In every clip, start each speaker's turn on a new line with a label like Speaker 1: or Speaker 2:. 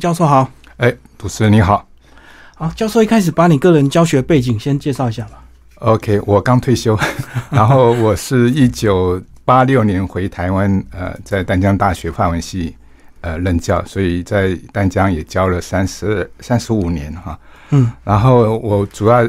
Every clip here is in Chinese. Speaker 1: 教授好。
Speaker 2: 哎，主持人你好。
Speaker 1: 好，教授一开始把你个人教学背景先介绍一下吧。
Speaker 2: OK，我刚退 休，然后我是一九八六年回台湾，呃，在丹江大学法文系呃任教，所以在丹江也教了三十三十五年哈。
Speaker 1: 嗯，
Speaker 2: 然后我主要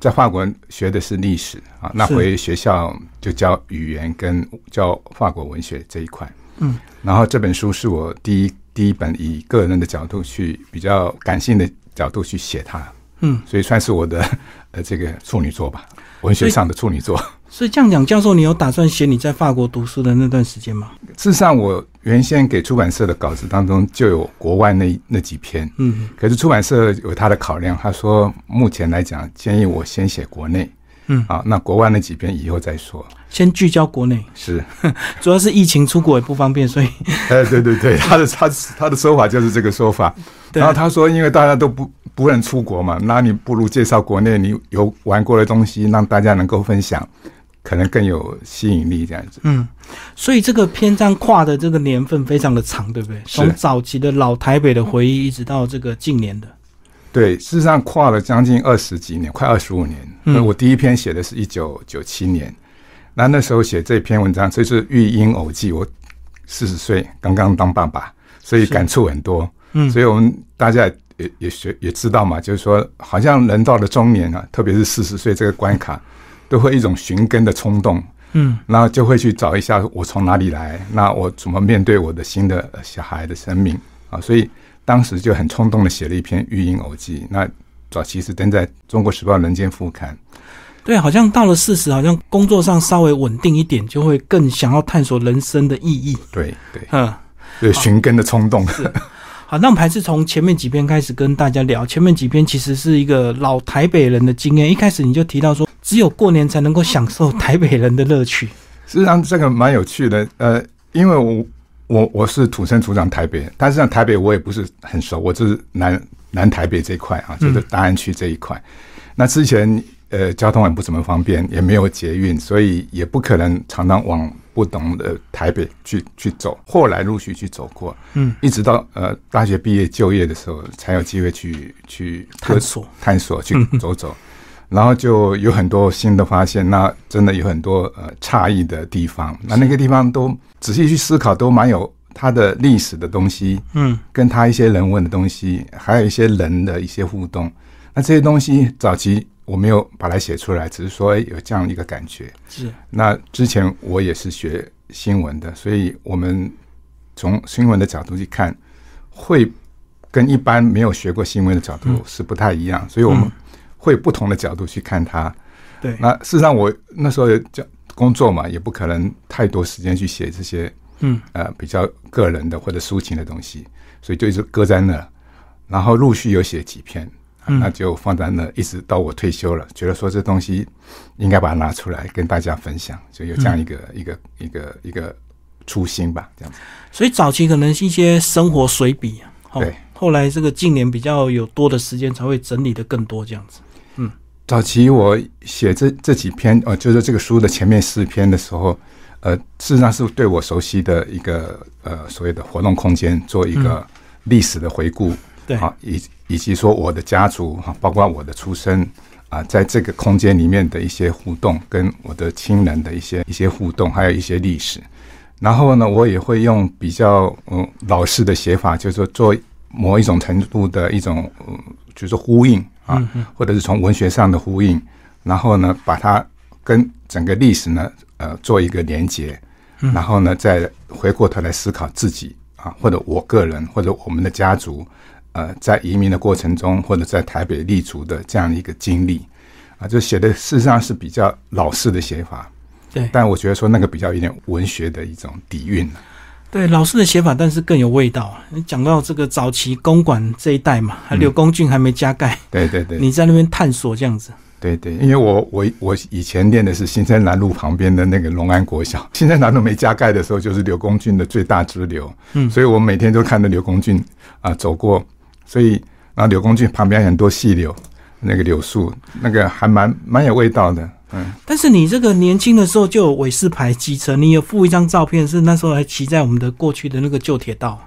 Speaker 2: 在法国学的是历史啊，那
Speaker 1: 是
Speaker 2: 回学校就教语言跟教法国文学这一块。
Speaker 1: 嗯，
Speaker 2: 然后这本书是我第一第一本以个人的角度去比较感性的角度去写它。
Speaker 1: 嗯，
Speaker 2: 所以算是我的呃这个处女座吧，文学上的处女座。
Speaker 1: 所以这样讲，教授，你有打算写你在法国读书的那段时间吗？
Speaker 2: 事实上，我原先给出版社的稿子当中就有国外那那几篇，
Speaker 1: 嗯
Speaker 2: 可是出版社有他的考量，他说目前来讲建议我先写国内
Speaker 1: 嗯，
Speaker 2: 啊，那国外那几篇以后再说。
Speaker 1: 先聚焦国内，
Speaker 2: 是，
Speaker 1: 主要是疫情出国也不方便，所以
Speaker 2: 呃，对对 对，他的他他的说法就是这个说法。
Speaker 1: 对
Speaker 2: 然后他说，因为大家都不不能出国嘛，那你不如介绍国内你有玩过的东西，让大家能够分享，可能更有吸引力这样子。
Speaker 1: 嗯，所以这个篇章跨的这个年份非常的长，对不对？
Speaker 2: 是
Speaker 1: 从早期的老台北的回忆，一直到这个近年的，
Speaker 2: 对，事实上跨了将近二十几年，快二十五年。
Speaker 1: 嗯
Speaker 2: 嗯，我第一篇写的是一九九七年，那那时候写这篇文章，这是《育婴偶记》，我四十岁刚刚当爸爸，所以
Speaker 1: 是
Speaker 2: 感触很多。
Speaker 1: 嗯
Speaker 2: 所以我们大家也也学也知道嘛，就是说，好像人到了中年啊，特别是四十岁这个关卡，都会一种寻根的冲动，
Speaker 1: 嗯
Speaker 2: 然后就会去找一下我从哪里来，那我怎么面对我的新的呃小孩的生命啊？所以当时就很冲动的写了一篇《育婴偶记》，那早期是登在《中国时报》人间副刊。
Speaker 1: 对，好像到了四十，好像工作上稍微稳定一点，就会更想要探索人生的意义。
Speaker 2: 对对，
Speaker 1: 嗯，
Speaker 2: 对寻根的冲动。
Speaker 1: 好，那我们还是从前面几篇开始跟大家聊。前面几篇其实是一个老台北人的经验，一开始你就提到说，只有过年才能够享受台北人的乐趣。
Speaker 2: 事实上，这个蛮有趣的。呃，因为我我我是土生土长台北人，但是上台北我也不是很熟，我就是南南台北这一块啊，就是大安区这一块。那之前呃交通也不怎么方便，也没有捷运，所以也不可能常常往不同的台北去去走。后来陆续去走过，
Speaker 1: 嗯，
Speaker 2: 一直到呃大学毕业就业的时候，才有机会去去各
Speaker 1: 探索
Speaker 2: 探索去走走。然后就有很多新的发现，那真的有很多呃诧异的地方。那那个地方都仔细去思考，都蛮有它的历史的东西，
Speaker 1: 嗯，
Speaker 2: 跟它一些人文的东西，还有一些人的一些互动。那这些东西早期我没有把它写出来，只是说哎有这样一个感觉。
Speaker 1: 是，
Speaker 2: 那之前我也是学新闻的，所以我们从新闻的角度去看，会跟一般没有学过新闻的角度是不太一样，所以我们会不同的角度去看它。
Speaker 1: 对，
Speaker 2: 那事实上，我那时候也这工作嘛，也不可能太多时间去写这些
Speaker 1: 嗯
Speaker 2: 呃比较个人的或者抒情的东西，所以就一直搁在那，然后陆续有写几篇。
Speaker 1: 嗯
Speaker 2: 啊那就放在那，一直到我退休了，觉得说这东西应该把它拿出来跟大家分享，就有这样一个、一个一个一个初心吧，这样子。
Speaker 1: 所以早期可能是一些生活随笔，哦
Speaker 2: 对，
Speaker 1: 后来这个近年比较有多的时间，才会整理的更多这样子。
Speaker 2: 早期我写这这几篇，呃，就是这个书的前面四篇的时候，呃，事实上是对我熟悉的一个呃所谓的活动空间做一个历史的回顾，
Speaker 1: 对
Speaker 2: 啊，以以及说我的家族哈、啊，包括我的出身啊、在这个空间里面的一些互动，跟我的亲人的一些一些互动，还有一些历史。然后呢，我也会用比较嗯老式的写法，就是说做某一种程度的一种，嗯、就是呼应啊，或者是从文学上的呼应，然后呢，把它跟整个历史呢，呃，做一个连接，然后呢，再回过头来思考自己啊，或者我个人，或者我们的家族，呃，在移民的过程中，或者在台北立足的这样一个经历，啊，就写的事实上是比较老式的写法，
Speaker 1: 对
Speaker 2: 但我觉得说那个比较有点文学的一种底蕴啊了
Speaker 1: 对，老师的写法，但是更有味道。啊你讲到这个早期公馆这一代嘛，啊柳公俊还没加盖，
Speaker 2: 对对嗯对，
Speaker 1: 你在那边探索这样子。
Speaker 2: 对对，因为我我我以前念的是新生南路旁边的那个龙安国小，新生南路没加盖的时候，就是刘公俊的最大支流，
Speaker 1: 嗯
Speaker 2: 所以我每天都看着刘公俊啊、走过，所以然后刘公俊旁边很多细柳，那个柳树，那个还蛮蛮有味道的，嗯，
Speaker 1: 但是你这个年轻的时候就有韦氏牌机车，你有附一张照片，是那时候还骑在我们的过去的那个旧铁道。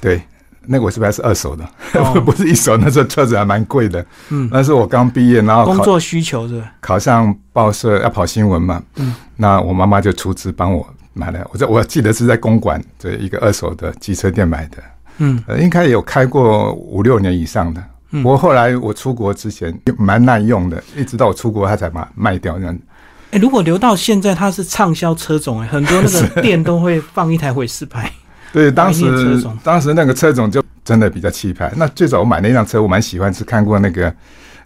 Speaker 2: 对，那个我是还是二手的，
Speaker 1: 哦
Speaker 2: 不是一手。那时候车子还蛮贵的，
Speaker 1: 嗯，
Speaker 2: 那是我刚毕业，然后
Speaker 1: 工
Speaker 2: 考
Speaker 1: 作需求是吧？
Speaker 2: 考上报社要跑新闻嘛，
Speaker 1: 嗯，
Speaker 2: 那我妈妈就出资帮我买了，我在我记得是在公馆这一个二手的机车店买的，
Speaker 1: 嗯
Speaker 2: 呃，应该有开过五六年以上的。
Speaker 1: 嗯
Speaker 2: 不过后来我出国之前蛮耐用的，一直到我出国它才把它卖掉这样。
Speaker 1: 哎、如果留到现在，它是畅销车种、哎，很多那个店都会放一台毁四 牌。
Speaker 2: 对，当
Speaker 1: 怀念车
Speaker 2: 时
Speaker 1: 种
Speaker 2: 当时那个车种就真的比较气派。那最早我买那辆车，我蛮喜欢，是看过那个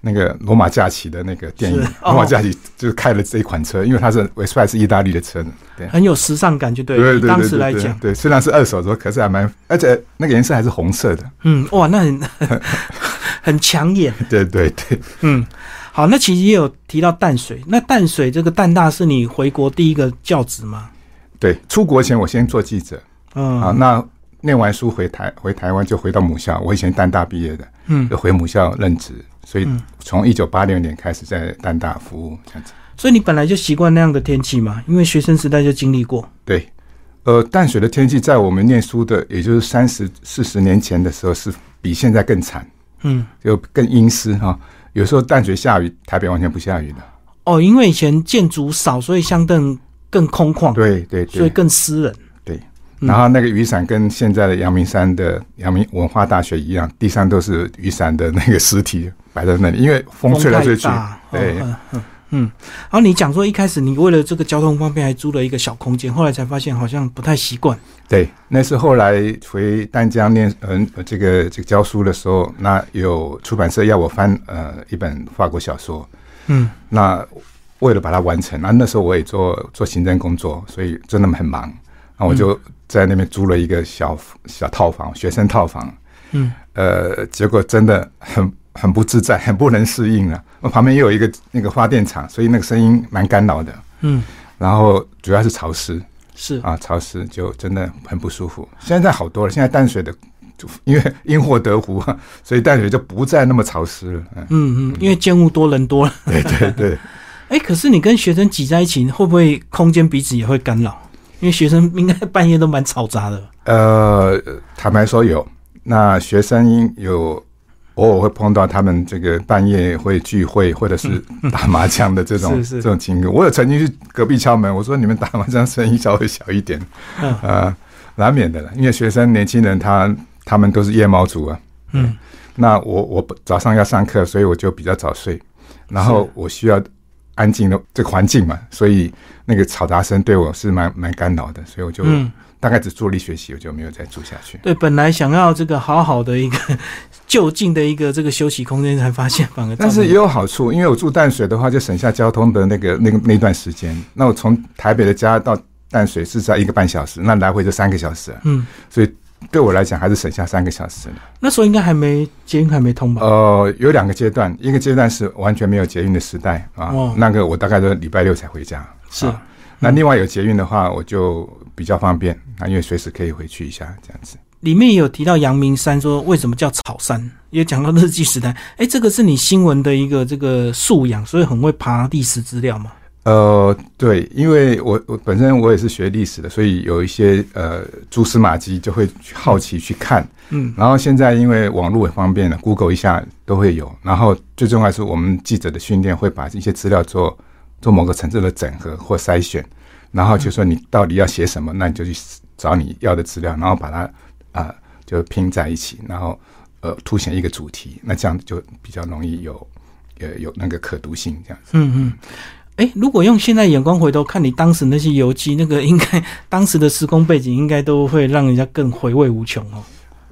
Speaker 2: 那个《罗马假期》的那个电影，
Speaker 1: 是哦
Speaker 2: 罗马假期》就是开了这一款车，因为它是 v e s p a 是意大利的车，对。
Speaker 1: 很有时尚感，就对了。
Speaker 2: 对对
Speaker 1: 以
Speaker 2: 对
Speaker 1: 当时来
Speaker 2: 对
Speaker 1: 讲，
Speaker 2: 对，虽然是二手车，可是还蛮，而且那个颜色还是红 色的。
Speaker 1: 嗯，哇，那很很抢眼。
Speaker 2: 对对对，
Speaker 1: 嗯，好，那其实也有提到淡水，那淡水这个淡大是你回国第一个教职吗？
Speaker 2: 对，出国前我先做记者，
Speaker 1: 嗯，
Speaker 2: 啊，那念完书回台回台湾就回到母校，我以前淡大毕业的，
Speaker 1: 嗯
Speaker 2: 就，回母校任职，所以
Speaker 1: 嗯
Speaker 2: 从一九八六年开始在淡大服务这样子。
Speaker 1: 所以你本来就习惯那样的天气嘛，因为学生时代就经历过。
Speaker 2: 对，呃，淡水的天气在我们念书的，也就是三十四十年前的时候，是比现在更惨，
Speaker 1: 嗯，
Speaker 2: 就更阴湿哈。有时候淡水下雨，台北完全不下雨的。
Speaker 1: 哦，因为以前建筑少，所以相对更空旷，
Speaker 2: 对对
Speaker 1: 所以
Speaker 2: 对
Speaker 1: 更私人。
Speaker 2: 对。
Speaker 1: 嗯
Speaker 2: 然后那个雨伞跟现在的阳明山的阳明文化大学一样，地上都是雨伞的那个尸体摆在那里，因为风吹来
Speaker 1: 太
Speaker 2: 吹去。
Speaker 1: 大
Speaker 2: 对
Speaker 1: 嗯嗯嗯。然后你讲说一开始你为了这个交通方便还租了一个小空间，后来才发现好像不太习惯。
Speaker 2: 对，那是后来回淡江念嗯、呃、这个这个教书的时候，那有出版社要我翻呃一本法国小说，
Speaker 1: 嗯
Speaker 2: 那为了把它完成，那那时候我也做做行政工作，所以真的很忙。那我就在那边租了一个小小套房，学生套房。
Speaker 1: 嗯，
Speaker 2: 呃，结果真的很很不自在，很不能适应了、我旁边也有一个那个发电厂，所以那个声音蛮干扰的。
Speaker 1: 嗯，
Speaker 2: 然后主要是潮湿，
Speaker 1: 是。
Speaker 2: 啊，潮湿就真的很不舒服。现在好多了，现在淡水的，就因为因祸得福啊，所以淡水就不再那么潮湿了。嗯，
Speaker 1: 嗯嗯，因为建物多人多了。
Speaker 2: 对对对，
Speaker 1: 哎、可是你跟学生挤在一起，会不会空间彼此也会干扰？因为学生应该半夜都蛮嘈杂的。
Speaker 2: 呃，坦白说有，那学生有偶尔会碰到他们这个半夜会聚会或者是打麻将的这种、
Speaker 1: 嗯 是是
Speaker 2: 这种情况。我有曾经去隔壁敲门，我说你们打麻将声音稍微小一点，
Speaker 1: 嗯
Speaker 2: 呃，难免的了，因为学生年轻人他他们都是夜猫族啊，
Speaker 1: 嗯
Speaker 2: 那我我早上要上课，所以我就比较早睡，然后我需要安静的这个环境嘛，所以那个嘈杂声对我是蛮蛮干扰的，所以我就
Speaker 1: 嗯，
Speaker 2: 大概只做力学习，我就没有再做下去。
Speaker 1: 对，本来想要这个好好的一个 就近的一个这个休息空间，才发现反而
Speaker 2: 但
Speaker 1: 造
Speaker 2: 是
Speaker 1: 成
Speaker 2: 也有好处，因为我住淡水的话，就省下交通的那个那个那段时间。那我从台北的家到淡水是在一个半小时，那来回就三个小时了，
Speaker 1: 嗯，
Speaker 2: 所以对我来讲还是省下三个小时了。
Speaker 1: 那时候应该还没捷运还没通吧？
Speaker 2: 呃，有两个阶段，一个阶段是完全没有捷运的时代啊
Speaker 1: 哦，嗯
Speaker 2: 那个我大概都礼拜六才回家。
Speaker 1: 是
Speaker 2: 啊那另外有捷运的话，我就比较方便啊，因为随时可以回去一下这样子。
Speaker 1: 里面也有提到阳明山，说为什么叫草山，也讲到日记时代。哎、这个是你新闻的一个这个素养，所以很会爬历史资料嘛。
Speaker 2: 呃，对，因为我我本身我也是学历史的，所以有一些呃蛛丝马迹就会去好奇去看。
Speaker 1: 嗯
Speaker 2: 然后现在因为网络很方便了，Google 一下都会有。然后最重要是我们记者的训练会把一些资料做做某个层次的整合或筛选，然后就说你到底要写什么，那你就去找你要的资料，然后把它啊、就拼在一起，然后呃凸显一个主题，那这样就比较容易有呃有那个可读性这样子。
Speaker 1: 嗯嗯。哎、如果用现在眼光回头看你当时那些游记，那个应该当时的时空背景应该都会让人家更回味无穷哦。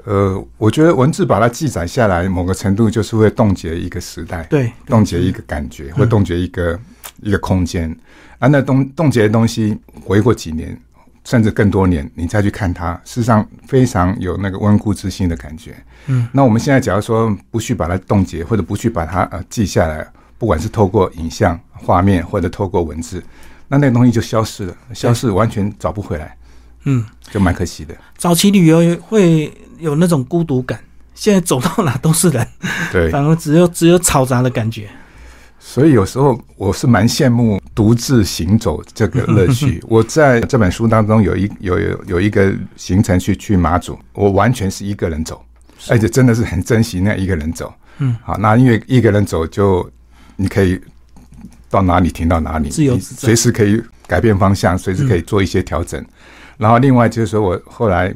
Speaker 2: 呃，我觉得文字把它记载下来，某个程度就是会冻结一个时代。
Speaker 1: 对，嗯对
Speaker 2: 冻结一个感觉，或冻结一个、一个空间。啊，那冻冻结的东西，回过几年，甚至更多年，你再去看它，事实上非常有那个温故知新的感觉。
Speaker 1: 嗯，
Speaker 2: 那我们现在假如说不去把它冻结，或者不去把它呃记下来，不管是透过影像、画面，或者透过文字，那那个东西就消失了，消失完全找不回来，
Speaker 1: 嗯，
Speaker 2: 就蛮可惜的。
Speaker 1: 早期旅游会有那种孤独感，现在走到哪都是人，
Speaker 2: 对，
Speaker 1: 反而只有只有嘈杂的感觉。
Speaker 2: 所以有时候我是蛮羡慕独自行走这个乐 趣。我在这本书当中有一有有有一个行程去去马祖，我完全是一个人走，而且真的是很珍惜那一个人走。
Speaker 1: 嗯，
Speaker 2: 好，那因为一个人走就你可以到哪里停到哪里，
Speaker 1: 自由
Speaker 2: 你
Speaker 1: 自在嗯
Speaker 2: 随时可以改变方向，随时可以做一些调整。然后另外就是说我后来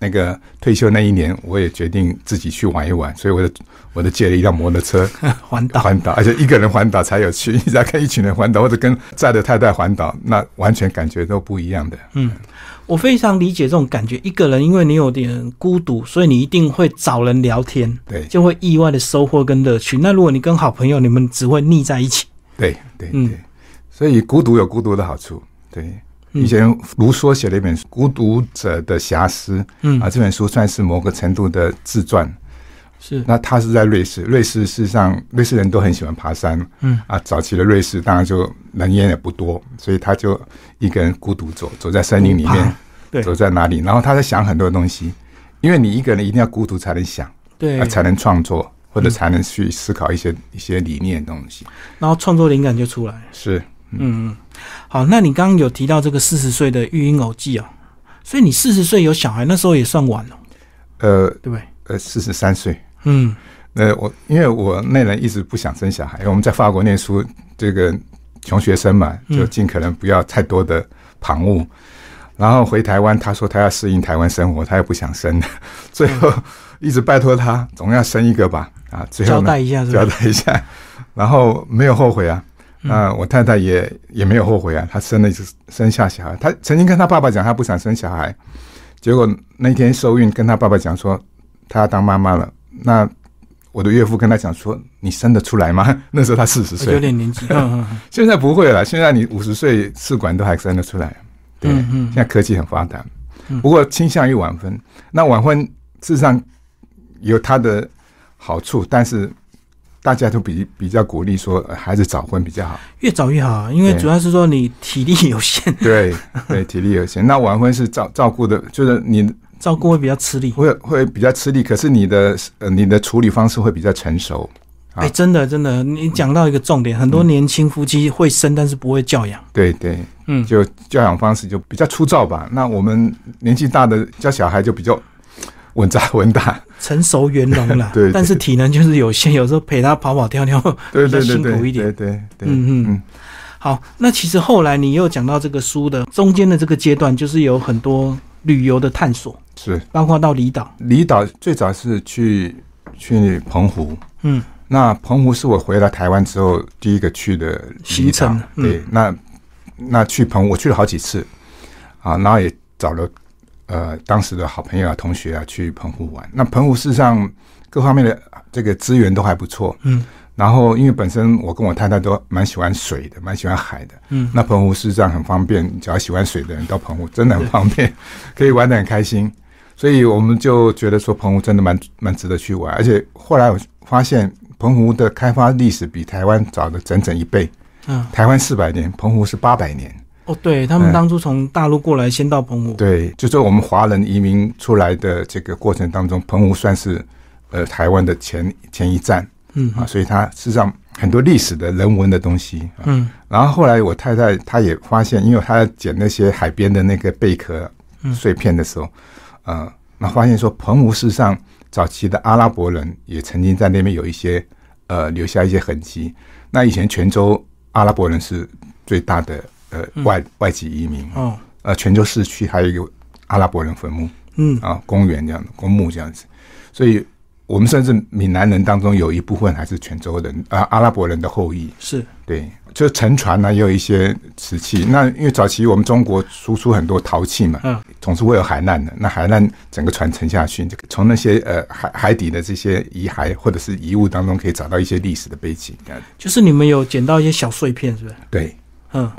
Speaker 2: 那个退休那一年，我也决定自己去玩一玩，所以我的我的借了一辆摩托车
Speaker 1: 环岛，
Speaker 2: 环岛，而且一个人环岛才有趣，你只要跟一群人环岛，或者跟在的太太环岛，那完全感觉都不一样的。
Speaker 1: 嗯我非常理解这种感觉。一个人因为你有点孤独，所以你一定会找人聊天，
Speaker 2: 对
Speaker 1: 就会意外的收获跟乐趣。那如果你跟好朋友，你们只会腻在一起。
Speaker 2: 对对
Speaker 1: 嗯
Speaker 2: 对，所以孤独有孤独的好处。对，
Speaker 1: 嗯
Speaker 2: 以前卢梭写了一本《孤独者的遐思》
Speaker 1: 嗯，
Speaker 2: 啊，这本书算是某个程度的自传。
Speaker 1: 是，
Speaker 2: 那他是在瑞士，瑞士事实上瑞士人都很喜欢爬山
Speaker 1: 嗯
Speaker 2: 啊。早期的瑞士当然就人烟也不多，所以他就一个人孤独走，走在森林里
Speaker 1: 不怕
Speaker 2: 面，
Speaker 1: 对
Speaker 2: 走在哪里，然后他在想很多东西，因为你一个人一定要孤独才能想，
Speaker 1: 对
Speaker 2: 啊、，才能创作，或者才能去思考一些一些理念的东西。
Speaker 1: 然后创作灵感就出来了。
Speaker 2: 是。
Speaker 1: 嗯，嗯，好，那你刚刚有提到这个四十岁的育婴偶记哦，所以你四十岁有小孩，那时候也算晚了，
Speaker 2: 呃
Speaker 1: 对不对？
Speaker 2: 呃，四十三岁。
Speaker 1: 嗯，
Speaker 2: 呃，我因为我那人一直不想生小孩，因为我们在法国念书，这个穷学生嘛，
Speaker 1: 嗯
Speaker 2: 就尽可能不要太多的旁骛。然后回台湾，他说他要适应台湾生活，他也不想生， 最后
Speaker 1: 嗯
Speaker 2: 一直拜托他，总要生一个吧。啊，最
Speaker 1: 交
Speaker 2: 后呢
Speaker 1: 代一下 是
Speaker 2: 交
Speaker 1: 吧？
Speaker 2: 代一下，然后没有后悔啊。那我太太也也没有后悔啊，她生了一个生下小孩。她曾经跟她爸爸讲，她不想生小孩，结果那天受孕跟她爸爸讲说，她要当妈妈了。那我的岳父跟她讲说，你生得出来吗？ 那时候她四十
Speaker 1: 有
Speaker 2: 岁，
Speaker 1: 点 年纪，嗯嗯
Speaker 2: 现在不会了，现在你五十岁试管都还生得出来。对，
Speaker 1: 嗯嗯
Speaker 2: 现在科技很发达
Speaker 1: 嗯，
Speaker 2: 不过倾向于晚婚。那晚婚事实上有它的好处，但是大家都比比较鼓励说呃还是早婚比较 好。
Speaker 1: 嗯，越早越好啊，因为
Speaker 2: 对
Speaker 1: 主要是说你体力有限，
Speaker 2: 对对，体力有限。那晚婚是照照顾的，就是你
Speaker 1: 照顾会比较吃力。
Speaker 2: 会会比较吃力，可是你的呃你的处理方式会比较成熟。啊
Speaker 1: 哎，真的真的，你讲到一个重点，很多年轻夫妻会生，但是不会教养。
Speaker 2: 对对，
Speaker 1: 嗯，
Speaker 2: 就教养方式就比较粗糙吧。那我们年纪大的教小孩就比较稳扎稳打。，
Speaker 1: 成熟圆融了
Speaker 2: 对对
Speaker 1: 但是体能就是有限，有时候陪他跑跑跳跳，
Speaker 2: 对
Speaker 1: 比较
Speaker 2: 对对
Speaker 1: 辛
Speaker 2: 对
Speaker 1: 苦一
Speaker 2: 对
Speaker 1: 点
Speaker 2: 对对，
Speaker 1: 嗯嗯
Speaker 2: 嗯
Speaker 1: 好，那其实后来你又讲到这个书的中间的这个阶段，就是有很多旅游的探索，
Speaker 2: 是。
Speaker 1: 包括到离岛，
Speaker 2: 离岛最早是去去澎湖，
Speaker 1: 嗯，
Speaker 2: 那澎湖是我回来台湾之后第一个去的离岛
Speaker 1: 行程嗯
Speaker 2: 对，那那去澎湖我去了好几次啊，然后也找了呃当时的好朋友啊、同学啊去澎湖玩。那澎湖事实上各方面的这个资源都还不错，
Speaker 1: 嗯
Speaker 2: 然后因为本身我跟我太太都蛮喜欢水的，蛮喜欢海的，
Speaker 1: 嗯，
Speaker 2: 那澎湖事实上很方便，只要喜欢水的人到澎湖真的很方便，可以玩得很开心。所以我们就觉得说澎湖真的蛮蛮值得去玩，而且后来我发现澎湖的开发历史比台湾早了整整一倍，
Speaker 1: 嗯，
Speaker 2: 台湾四百年，澎湖是八百年。
Speaker 1: 哦，对他们
Speaker 2: 嗯
Speaker 1: 当初从大陆过来，先到澎湖，
Speaker 2: 对，就说我们华人移民出来的这个过程当中，澎湖算是呃台湾的前前一站
Speaker 1: 嗯
Speaker 2: 啊，所以它事实上很多历史的人文的东西啊，
Speaker 1: 嗯
Speaker 2: 然后后来我太太她也发现，因为她在捡那些海边的那个贝壳
Speaker 1: 嗯
Speaker 2: 碎片的时候，呃，那发现说澎湖事实上早期的阿拉伯人也曾经在那边有一些呃留下一些痕迹。那以前泉州阿拉伯人是最大的呃
Speaker 1: 嗯
Speaker 2: 外外籍移民，
Speaker 1: 哦
Speaker 2: 呃，泉州市区还有一个阿拉伯人坟墓
Speaker 1: 嗯
Speaker 2: 啊，公园这样的公墓这样子，所以。我们甚至闽南人当中有一部分还是泉州人啊、阿拉伯人的后裔，
Speaker 1: 是
Speaker 2: 对，就沉船啊呢、也有一些瓷器。那因为早期我们中国输出很多陶器嘛，
Speaker 1: 嗯，
Speaker 2: 总是会有海难的。那海难整个船沉下去，就从那些呃海海底的这些遗骸或者是遗物当中，可以找到一些历史的背景。这样
Speaker 1: 就是你们有捡到一些小碎片，是不是？
Speaker 2: 对，
Speaker 1: 嗯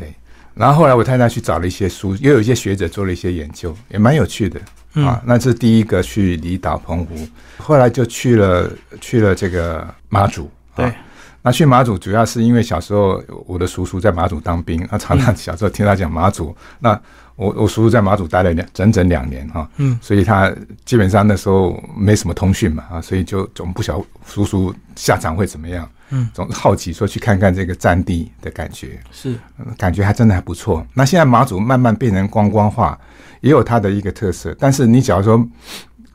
Speaker 2: 然后后来我太太去找了一些书，也有一些学者做了一些研究，也蛮有趣的啊。那这是第一个去离岛澎湖，后来就去了去了这个马祖。啊
Speaker 1: 对，
Speaker 2: 那去马祖主要是因为小时候我的叔叔在马祖当兵，那常
Speaker 1: 嗯
Speaker 2: 常小时候听他讲马祖，那我我叔叔在马祖待了两整整两年哈、
Speaker 1: 嗯
Speaker 2: 所以他基本上那时候没什么通讯嘛啊，所以就总不晓叔叔下场会怎么样，
Speaker 1: 嗯，
Speaker 2: 总是好奇说去看看这个战地的感觉，
Speaker 1: 是
Speaker 2: 嗯感觉还真的还不错。那现在马祖慢慢变成观光化，也有它的一个特色，但是你假如说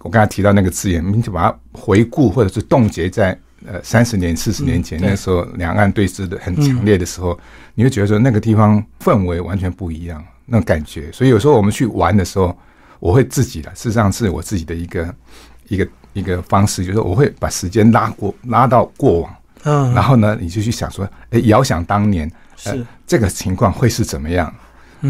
Speaker 2: 我刚才提到那个字眼，你就把它回顾或者是冻结在呃三十年、四十年前、
Speaker 1: 嗯对
Speaker 2: 那时候两岸对峙的很强烈的时候，你会觉得说那个地方氛围完全不一样，那种感觉。所以有时候我们去玩的时候，我会自己的，事实上是我自己的一个一个一个方式，就是我会把时间拉过拉到过往，
Speaker 1: 嗯，
Speaker 2: 然后呢，你就去想说，哎，遥想当年，
Speaker 1: 是
Speaker 2: 这个情况会是怎么样？
Speaker 1: 嗯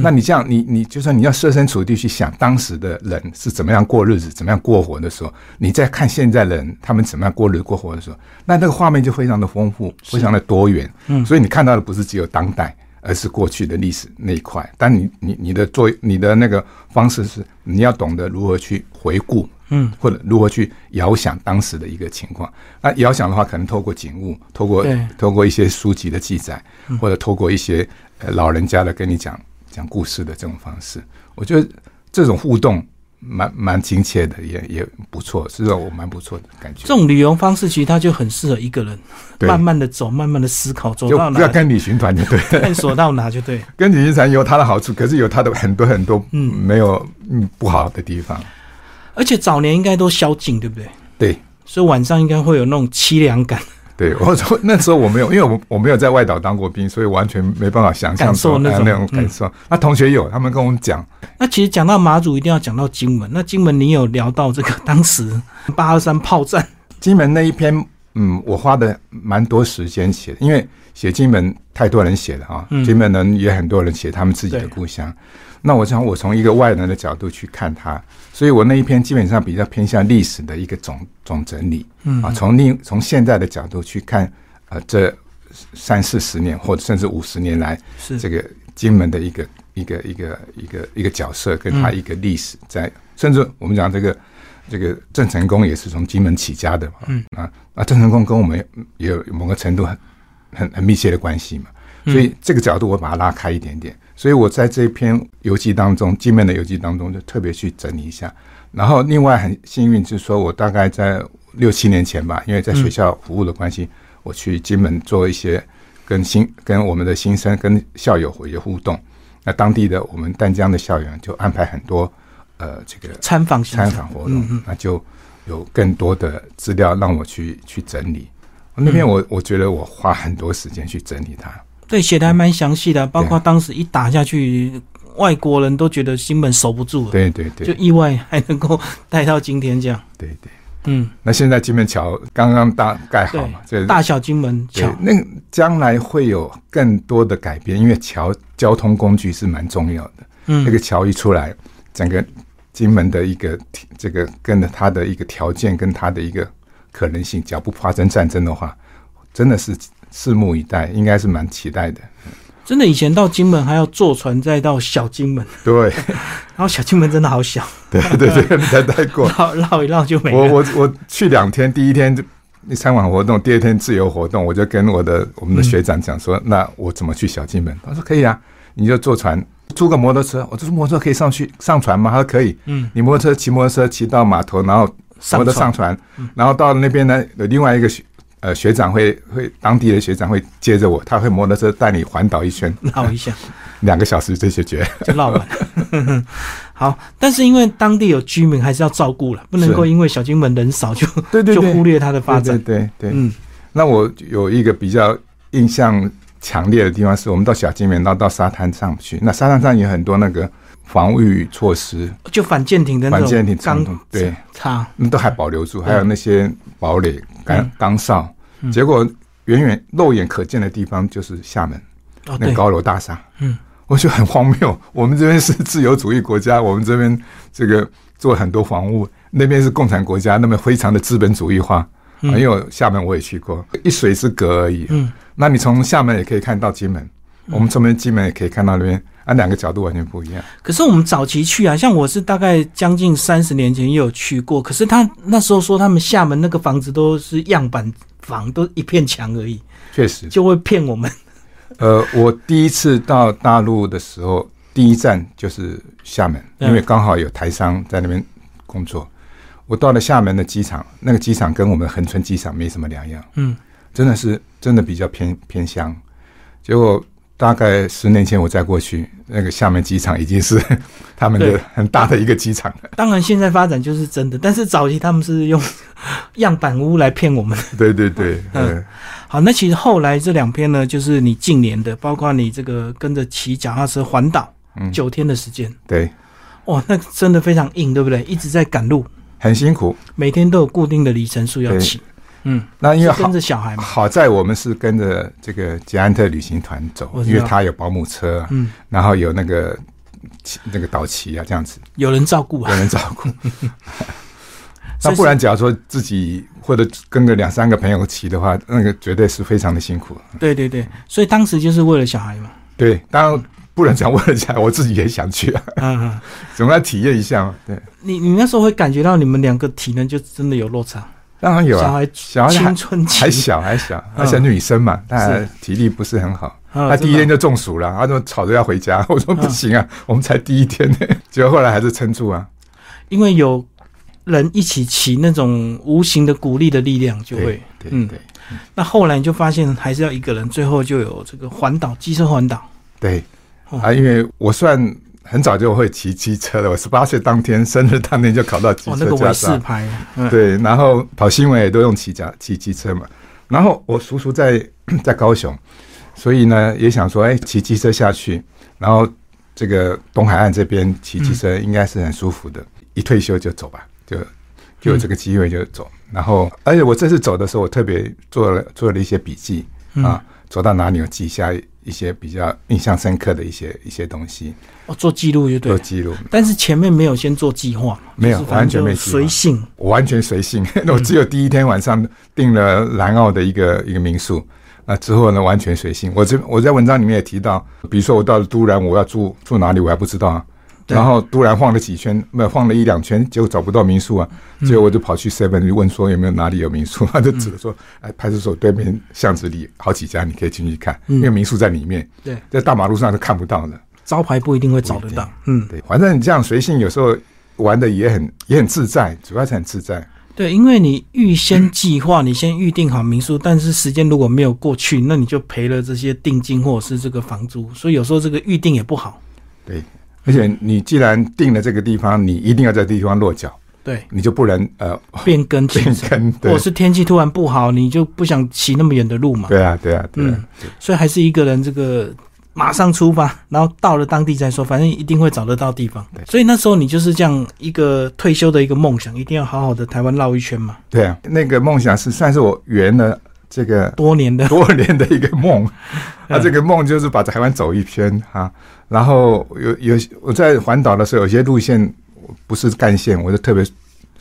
Speaker 2: 那你这样，你你就算你要设身处地去想当时的人是怎么样过日子、怎么样过活的时候，你再看现在的人他们怎么样过日子过活的时候，那那个画面就非常的丰富，非常的多元。
Speaker 1: 嗯
Speaker 2: 所以你看到的不是只有当代，而是过去的历史那一块。但你你你的做你的那个方式是，你要懂得如何去回顾，
Speaker 1: 嗯，
Speaker 2: 或者如何去遥想当时的一个情况。那遥想的话，可能透过景物，透过
Speaker 1: 对
Speaker 2: 透过一些书籍的记载，
Speaker 1: 嗯
Speaker 2: 或者透过一些呃老人家的跟你讲讲故事的这种方式，我觉得这种互动蛮蛮亲切的，也也不错，是让我蛮不错的感觉
Speaker 1: 这。种旅游方式其实它就很适合一个人，
Speaker 2: 对
Speaker 1: 慢慢的走，慢慢的思考，走
Speaker 2: 就
Speaker 1: 到
Speaker 2: 不要
Speaker 1: 哪
Speaker 2: 跟旅行团就对 了，
Speaker 1: 探索到哪就对。
Speaker 2: 跟旅行团有它的好处，可是有它的很多很多
Speaker 1: 嗯
Speaker 2: 没有嗯不好的地方。
Speaker 1: 而且早年应该都宵禁，对不对？
Speaker 2: 对，
Speaker 1: 所以晚上应该会有那种凄凉感，
Speaker 2: 对 我说那时候我没有，因为我我没有在外岛当过兵，所以完全没办法想象
Speaker 1: 感受
Speaker 2: 说
Speaker 1: 那
Speaker 2: 哎
Speaker 1: 种嗯
Speaker 2: 那种感受。那同学有，他们跟我们讲，
Speaker 1: 那其实讲到马祖，一定要讲到金门。那金门，你有聊到这个当时 八二三炮战，
Speaker 2: 金门那一篇，嗯，我花的蛮多时间写，因为写金门太多人写了啊，
Speaker 1: 嗯
Speaker 2: 金门人也很多人写他们自己的
Speaker 1: 对
Speaker 2: 故乡。那我想，我从一个外人的角度去看它，所以我那一篇基本上比较偏向历史的一个总总整理
Speaker 1: 嗯
Speaker 2: 啊，从另从现在的角度去看，呃，这三四十年或者甚至五十年来
Speaker 1: 是
Speaker 2: 这个金门的一个一个一个一个一个角色，跟他一个历史在，甚至我们讲这个这个郑成功也是从金门起家的嘛，
Speaker 1: 嗯
Speaker 2: 啊啊，郑成功跟我们也有某个程度很很很密切的关系嘛，
Speaker 1: 嗯
Speaker 2: 所以这个角度我把它拉开一点点，所以我在这篇游记当中，金门的游记当中就特别去整理一下，然后另外很幸运就是说我大概在六七年前吧，因为在学校服务的关系，我去金门做一些跟新跟我们的新生跟校友有一些互动。那当地的我们淡江的校园就安排很多呃这个
Speaker 1: 参访行
Speaker 2: 参
Speaker 1: 程
Speaker 2: 访活动，那就有更多的资料让我去去整理。那边我我觉得我花很多时间去整理它，
Speaker 1: 对，写的还蛮详细
Speaker 2: 嗯
Speaker 1: 的，包括当时一打下去，外国人都觉得金门守不住了，
Speaker 2: 对对
Speaker 1: 哦
Speaker 2: 对
Speaker 1: 就意外还能够带到今天这样。
Speaker 2: 对对。
Speaker 1: 嗯，
Speaker 2: 那现在金门桥刚刚大盖好嘛，这
Speaker 1: 大小金门
Speaker 2: 对
Speaker 1: 桥，，
Speaker 2: 那个将来会有更多的改变，因为桥交通工具是蛮重要的。
Speaker 1: 嗯
Speaker 2: 那个桥一出来，整个金门的一个这个跟着它的一个条件跟它的一个可能性，只要不发生战争的话，真的是拭目以待，应该是蛮期待的。
Speaker 1: 真的以前到金门还要坐船再到小金门，
Speaker 2: 对
Speaker 1: 然后小金门真的好小，
Speaker 2: 对对对，才带过。
Speaker 1: 绕绕一绕就没
Speaker 2: 我
Speaker 1: 了。
Speaker 2: 我我去两天，第一天就参访活动，第二天自由活动，我就跟我的我们的学长讲说，那我怎么去小金门？他说可以啊，你就坐船，租个摩托车。我这摩托车可以上去上船吗？他说可以。
Speaker 1: 嗯，
Speaker 2: 你摩托车骑摩托车骑到码头，然后
Speaker 1: 上
Speaker 2: 摩托
Speaker 1: 船
Speaker 2: 上船，然后到那边呢，有另外一个学呃学长会会当地的学长会接着我，他会摩托车带你环岛一圈，
Speaker 1: 绕一下
Speaker 2: 两个小时就解决。
Speaker 1: 就绕完了。 好，但是因为当地有居民，还是要照顾了，不能
Speaker 2: 是
Speaker 1: 够因为小金门人少就
Speaker 2: 对对
Speaker 1: 就
Speaker 2: 对，
Speaker 1: 忽略它的发展。
Speaker 2: 对对对对
Speaker 1: 嗯，
Speaker 2: 那我有一个比较印象强烈的地方是，我们到小金门，然后到沙滩上去。那沙滩上有很多那个防御措施，
Speaker 1: 就反舰艇的那
Speaker 2: 反舰
Speaker 1: 种
Speaker 2: 艇
Speaker 1: 钢
Speaker 2: 长筒对，
Speaker 1: 叉，
Speaker 2: 那都还保留住，
Speaker 1: 对
Speaker 2: 还有那些堡垒、
Speaker 1: 嗯
Speaker 2: 钢钢哨。结果远远肉眼可见的地方就是厦门
Speaker 1: 哦
Speaker 2: 那
Speaker 1: 对，
Speaker 2: 高楼大厦，
Speaker 1: 嗯，
Speaker 2: 我觉得很荒谬。 我们这边是自由主义国家，我们这边这个做很多房屋，那边是共产国家，那边非常的资本主义化。
Speaker 1: 嗯
Speaker 2: 啊因为厦门我也去过，一水之隔而已。啊
Speaker 1: 嗯，
Speaker 2: 那你从厦门也可以看到金门，我们从金门也可以看到那边，啊，两个角度完全不一样。
Speaker 1: 可是我们早期去啊，像我是大概将近三十年前也有去过，可是他那时候说他们厦门那个房子都是样板房，都一片墙而已，
Speaker 2: 确实，
Speaker 1: 就会骗我们。
Speaker 2: 呃，我第一次到大陆的时候，第一站就是厦门，
Speaker 1: 嗯
Speaker 2: 因为刚好有台商在那边工作。我到了厦门的机场，那个机场跟我们恒春机场没什么两样，
Speaker 1: 嗯，
Speaker 2: 真的是真的比较偏偏乡。结果大概十年前我再过去，那个厦门机场已经是 他们的
Speaker 1: 对
Speaker 2: 很大的一个机场了。
Speaker 1: 当然现在发展就是真的，但是早期他们是用样板屋来骗我们。
Speaker 2: 对对对，
Speaker 1: 嗯
Speaker 2: 嗯，
Speaker 1: 好，那其实后来这两篇呢，就是你近年的，包括你这个跟着骑脚踏车环岛
Speaker 2: 嗯
Speaker 1: 九天的时间，
Speaker 2: 对，
Speaker 1: 哇，那真的非常硬，对不对？一直在赶路，
Speaker 2: 很辛苦。
Speaker 1: 每天都有固定的里程数要骑，嗯，
Speaker 2: 那因为
Speaker 1: 是跟
Speaker 2: 好
Speaker 1: 着小孩 嘛，
Speaker 2: 好在我们是跟着这个捷安特旅行团走
Speaker 1: 我，知
Speaker 2: 因
Speaker 1: 道
Speaker 2: 为他有保姆车啊，
Speaker 1: 嗯，
Speaker 2: 然后有那个骑那个导骑啊，这样子
Speaker 1: 有人照顾啊
Speaker 2: 有，人照 顾。
Speaker 1: 所以
Speaker 2: 那不然，假如说自己或者跟个两三个朋友骑的话，那个绝对是非常的辛苦。
Speaker 1: 是对对对，所以当时就是为了小孩嘛，
Speaker 2: 对，当然不能讲为了讲，我自己也想去啊，
Speaker 1: 嗯，嗯
Speaker 2: 总要体验一下嘛。对，
Speaker 1: 你你那时候会感觉到你们两个体能就真的有落差，
Speaker 2: 当然有
Speaker 1: 小
Speaker 2: 啊，
Speaker 1: 孩
Speaker 2: 小孩
Speaker 1: 青
Speaker 2: 还
Speaker 1: 春期
Speaker 2: 还，小还小，而且女生嘛，她
Speaker 1: 是
Speaker 2: 体力不是很好。
Speaker 1: 嗯
Speaker 2: 她第一天
Speaker 1: 真的
Speaker 2: 就中暑了，她就吵着要回家。 我说不行啊，我们才第一天呢。 结果后来还是撑住啊。
Speaker 1: 因为有人一起骑，那种无形的鼓励的力量就会
Speaker 2: 对。对
Speaker 1: 嗯
Speaker 2: 对
Speaker 1: 那后来你就发现还是要一个人，最后就有这个环岛机车环岛，
Speaker 2: 对
Speaker 1: 哦
Speaker 2: 啊，因为我算很早就会骑机车了，我十八岁当天生日当天就考到机
Speaker 1: 哦，那
Speaker 2: 车
Speaker 1: 个
Speaker 2: 驾
Speaker 1: 韦氏
Speaker 2: 照。
Speaker 1: 牌， 嗯，
Speaker 2: 对，然后跑新闻也都用骑脚骑机车嘛。然后我叔叔在 在高雄，所以呢也想说，哎，骑机车下去，然后这个东海岸这边骑机车应该是很舒服的。一退休就走吧，就就有这个机会就走。然后，而且我这次走的时候，我特别做了做了一些笔记
Speaker 1: 嗯
Speaker 2: 啊，走到哪里有记下一些比较印象深刻的一些一些东西
Speaker 1: 哦，做记录就对
Speaker 2: 做
Speaker 1: 了。
Speaker 2: 记录。
Speaker 1: 但是前面没有先做计划嘛，
Speaker 2: 没有
Speaker 1: 就是反正就
Speaker 2: 完全没计划
Speaker 1: 随性，
Speaker 2: 我完全随性， 我只有第一天晚上订了南澳的一个一个民宿。啊，之后呢，完全随性。我这我在文章里面也提到，比如说我到了都兰，我要住住哪里，我还不知道啊。
Speaker 1: 对
Speaker 2: 然后都兰晃了几圈，没有晃了一两圈，结果找不到民宿啊，最后我就跑去 Seven 问说有没有哪里有民宿， 他就指着说，哎，派出所对面巷子里好几家，你可以进去看，因为民宿在里面，
Speaker 1: 对，
Speaker 2: 在大马路上是看不到的。
Speaker 1: 招牌不一定会找得到，嗯，
Speaker 2: 对，反正你这样随性，有时候玩的也很也很自在，主要是很自在。
Speaker 1: 对，因为你预先计划，你先预定好民宿，但是时间如果没有过去，那你就赔了这些定金或者是这个房租，所以有时候这个预定也不好，
Speaker 2: 对，而且你既然定了这个地方，你一定要在地方落脚，
Speaker 1: 对，
Speaker 2: 你就不能呃
Speaker 1: 变更行
Speaker 2: 变
Speaker 1: 程，
Speaker 2: 更。
Speaker 1: 或
Speaker 2: 对
Speaker 1: 者，是天气突然不好，你就不想骑那么远的路嘛，
Speaker 2: 对啊，对啊，对
Speaker 1: 嗯
Speaker 2: 啊，，
Speaker 1: 所以还是一个人这个马上出发，然后到了当地再说，反正一定会找得到地方
Speaker 2: 对。
Speaker 1: 所以那时候你就是这样一个退休的一个梦想，一定要好好的台湾绕一圈嘛，
Speaker 2: 对啊。那个梦想是算是我圆了这个
Speaker 1: 多年的
Speaker 2: 多年的一个梦，
Speaker 1: 嗯
Speaker 2: 啊，这个梦就是把台湾走一圈哈、啊。然后有有我在环岛的时候，有些路线不是干线，我就特别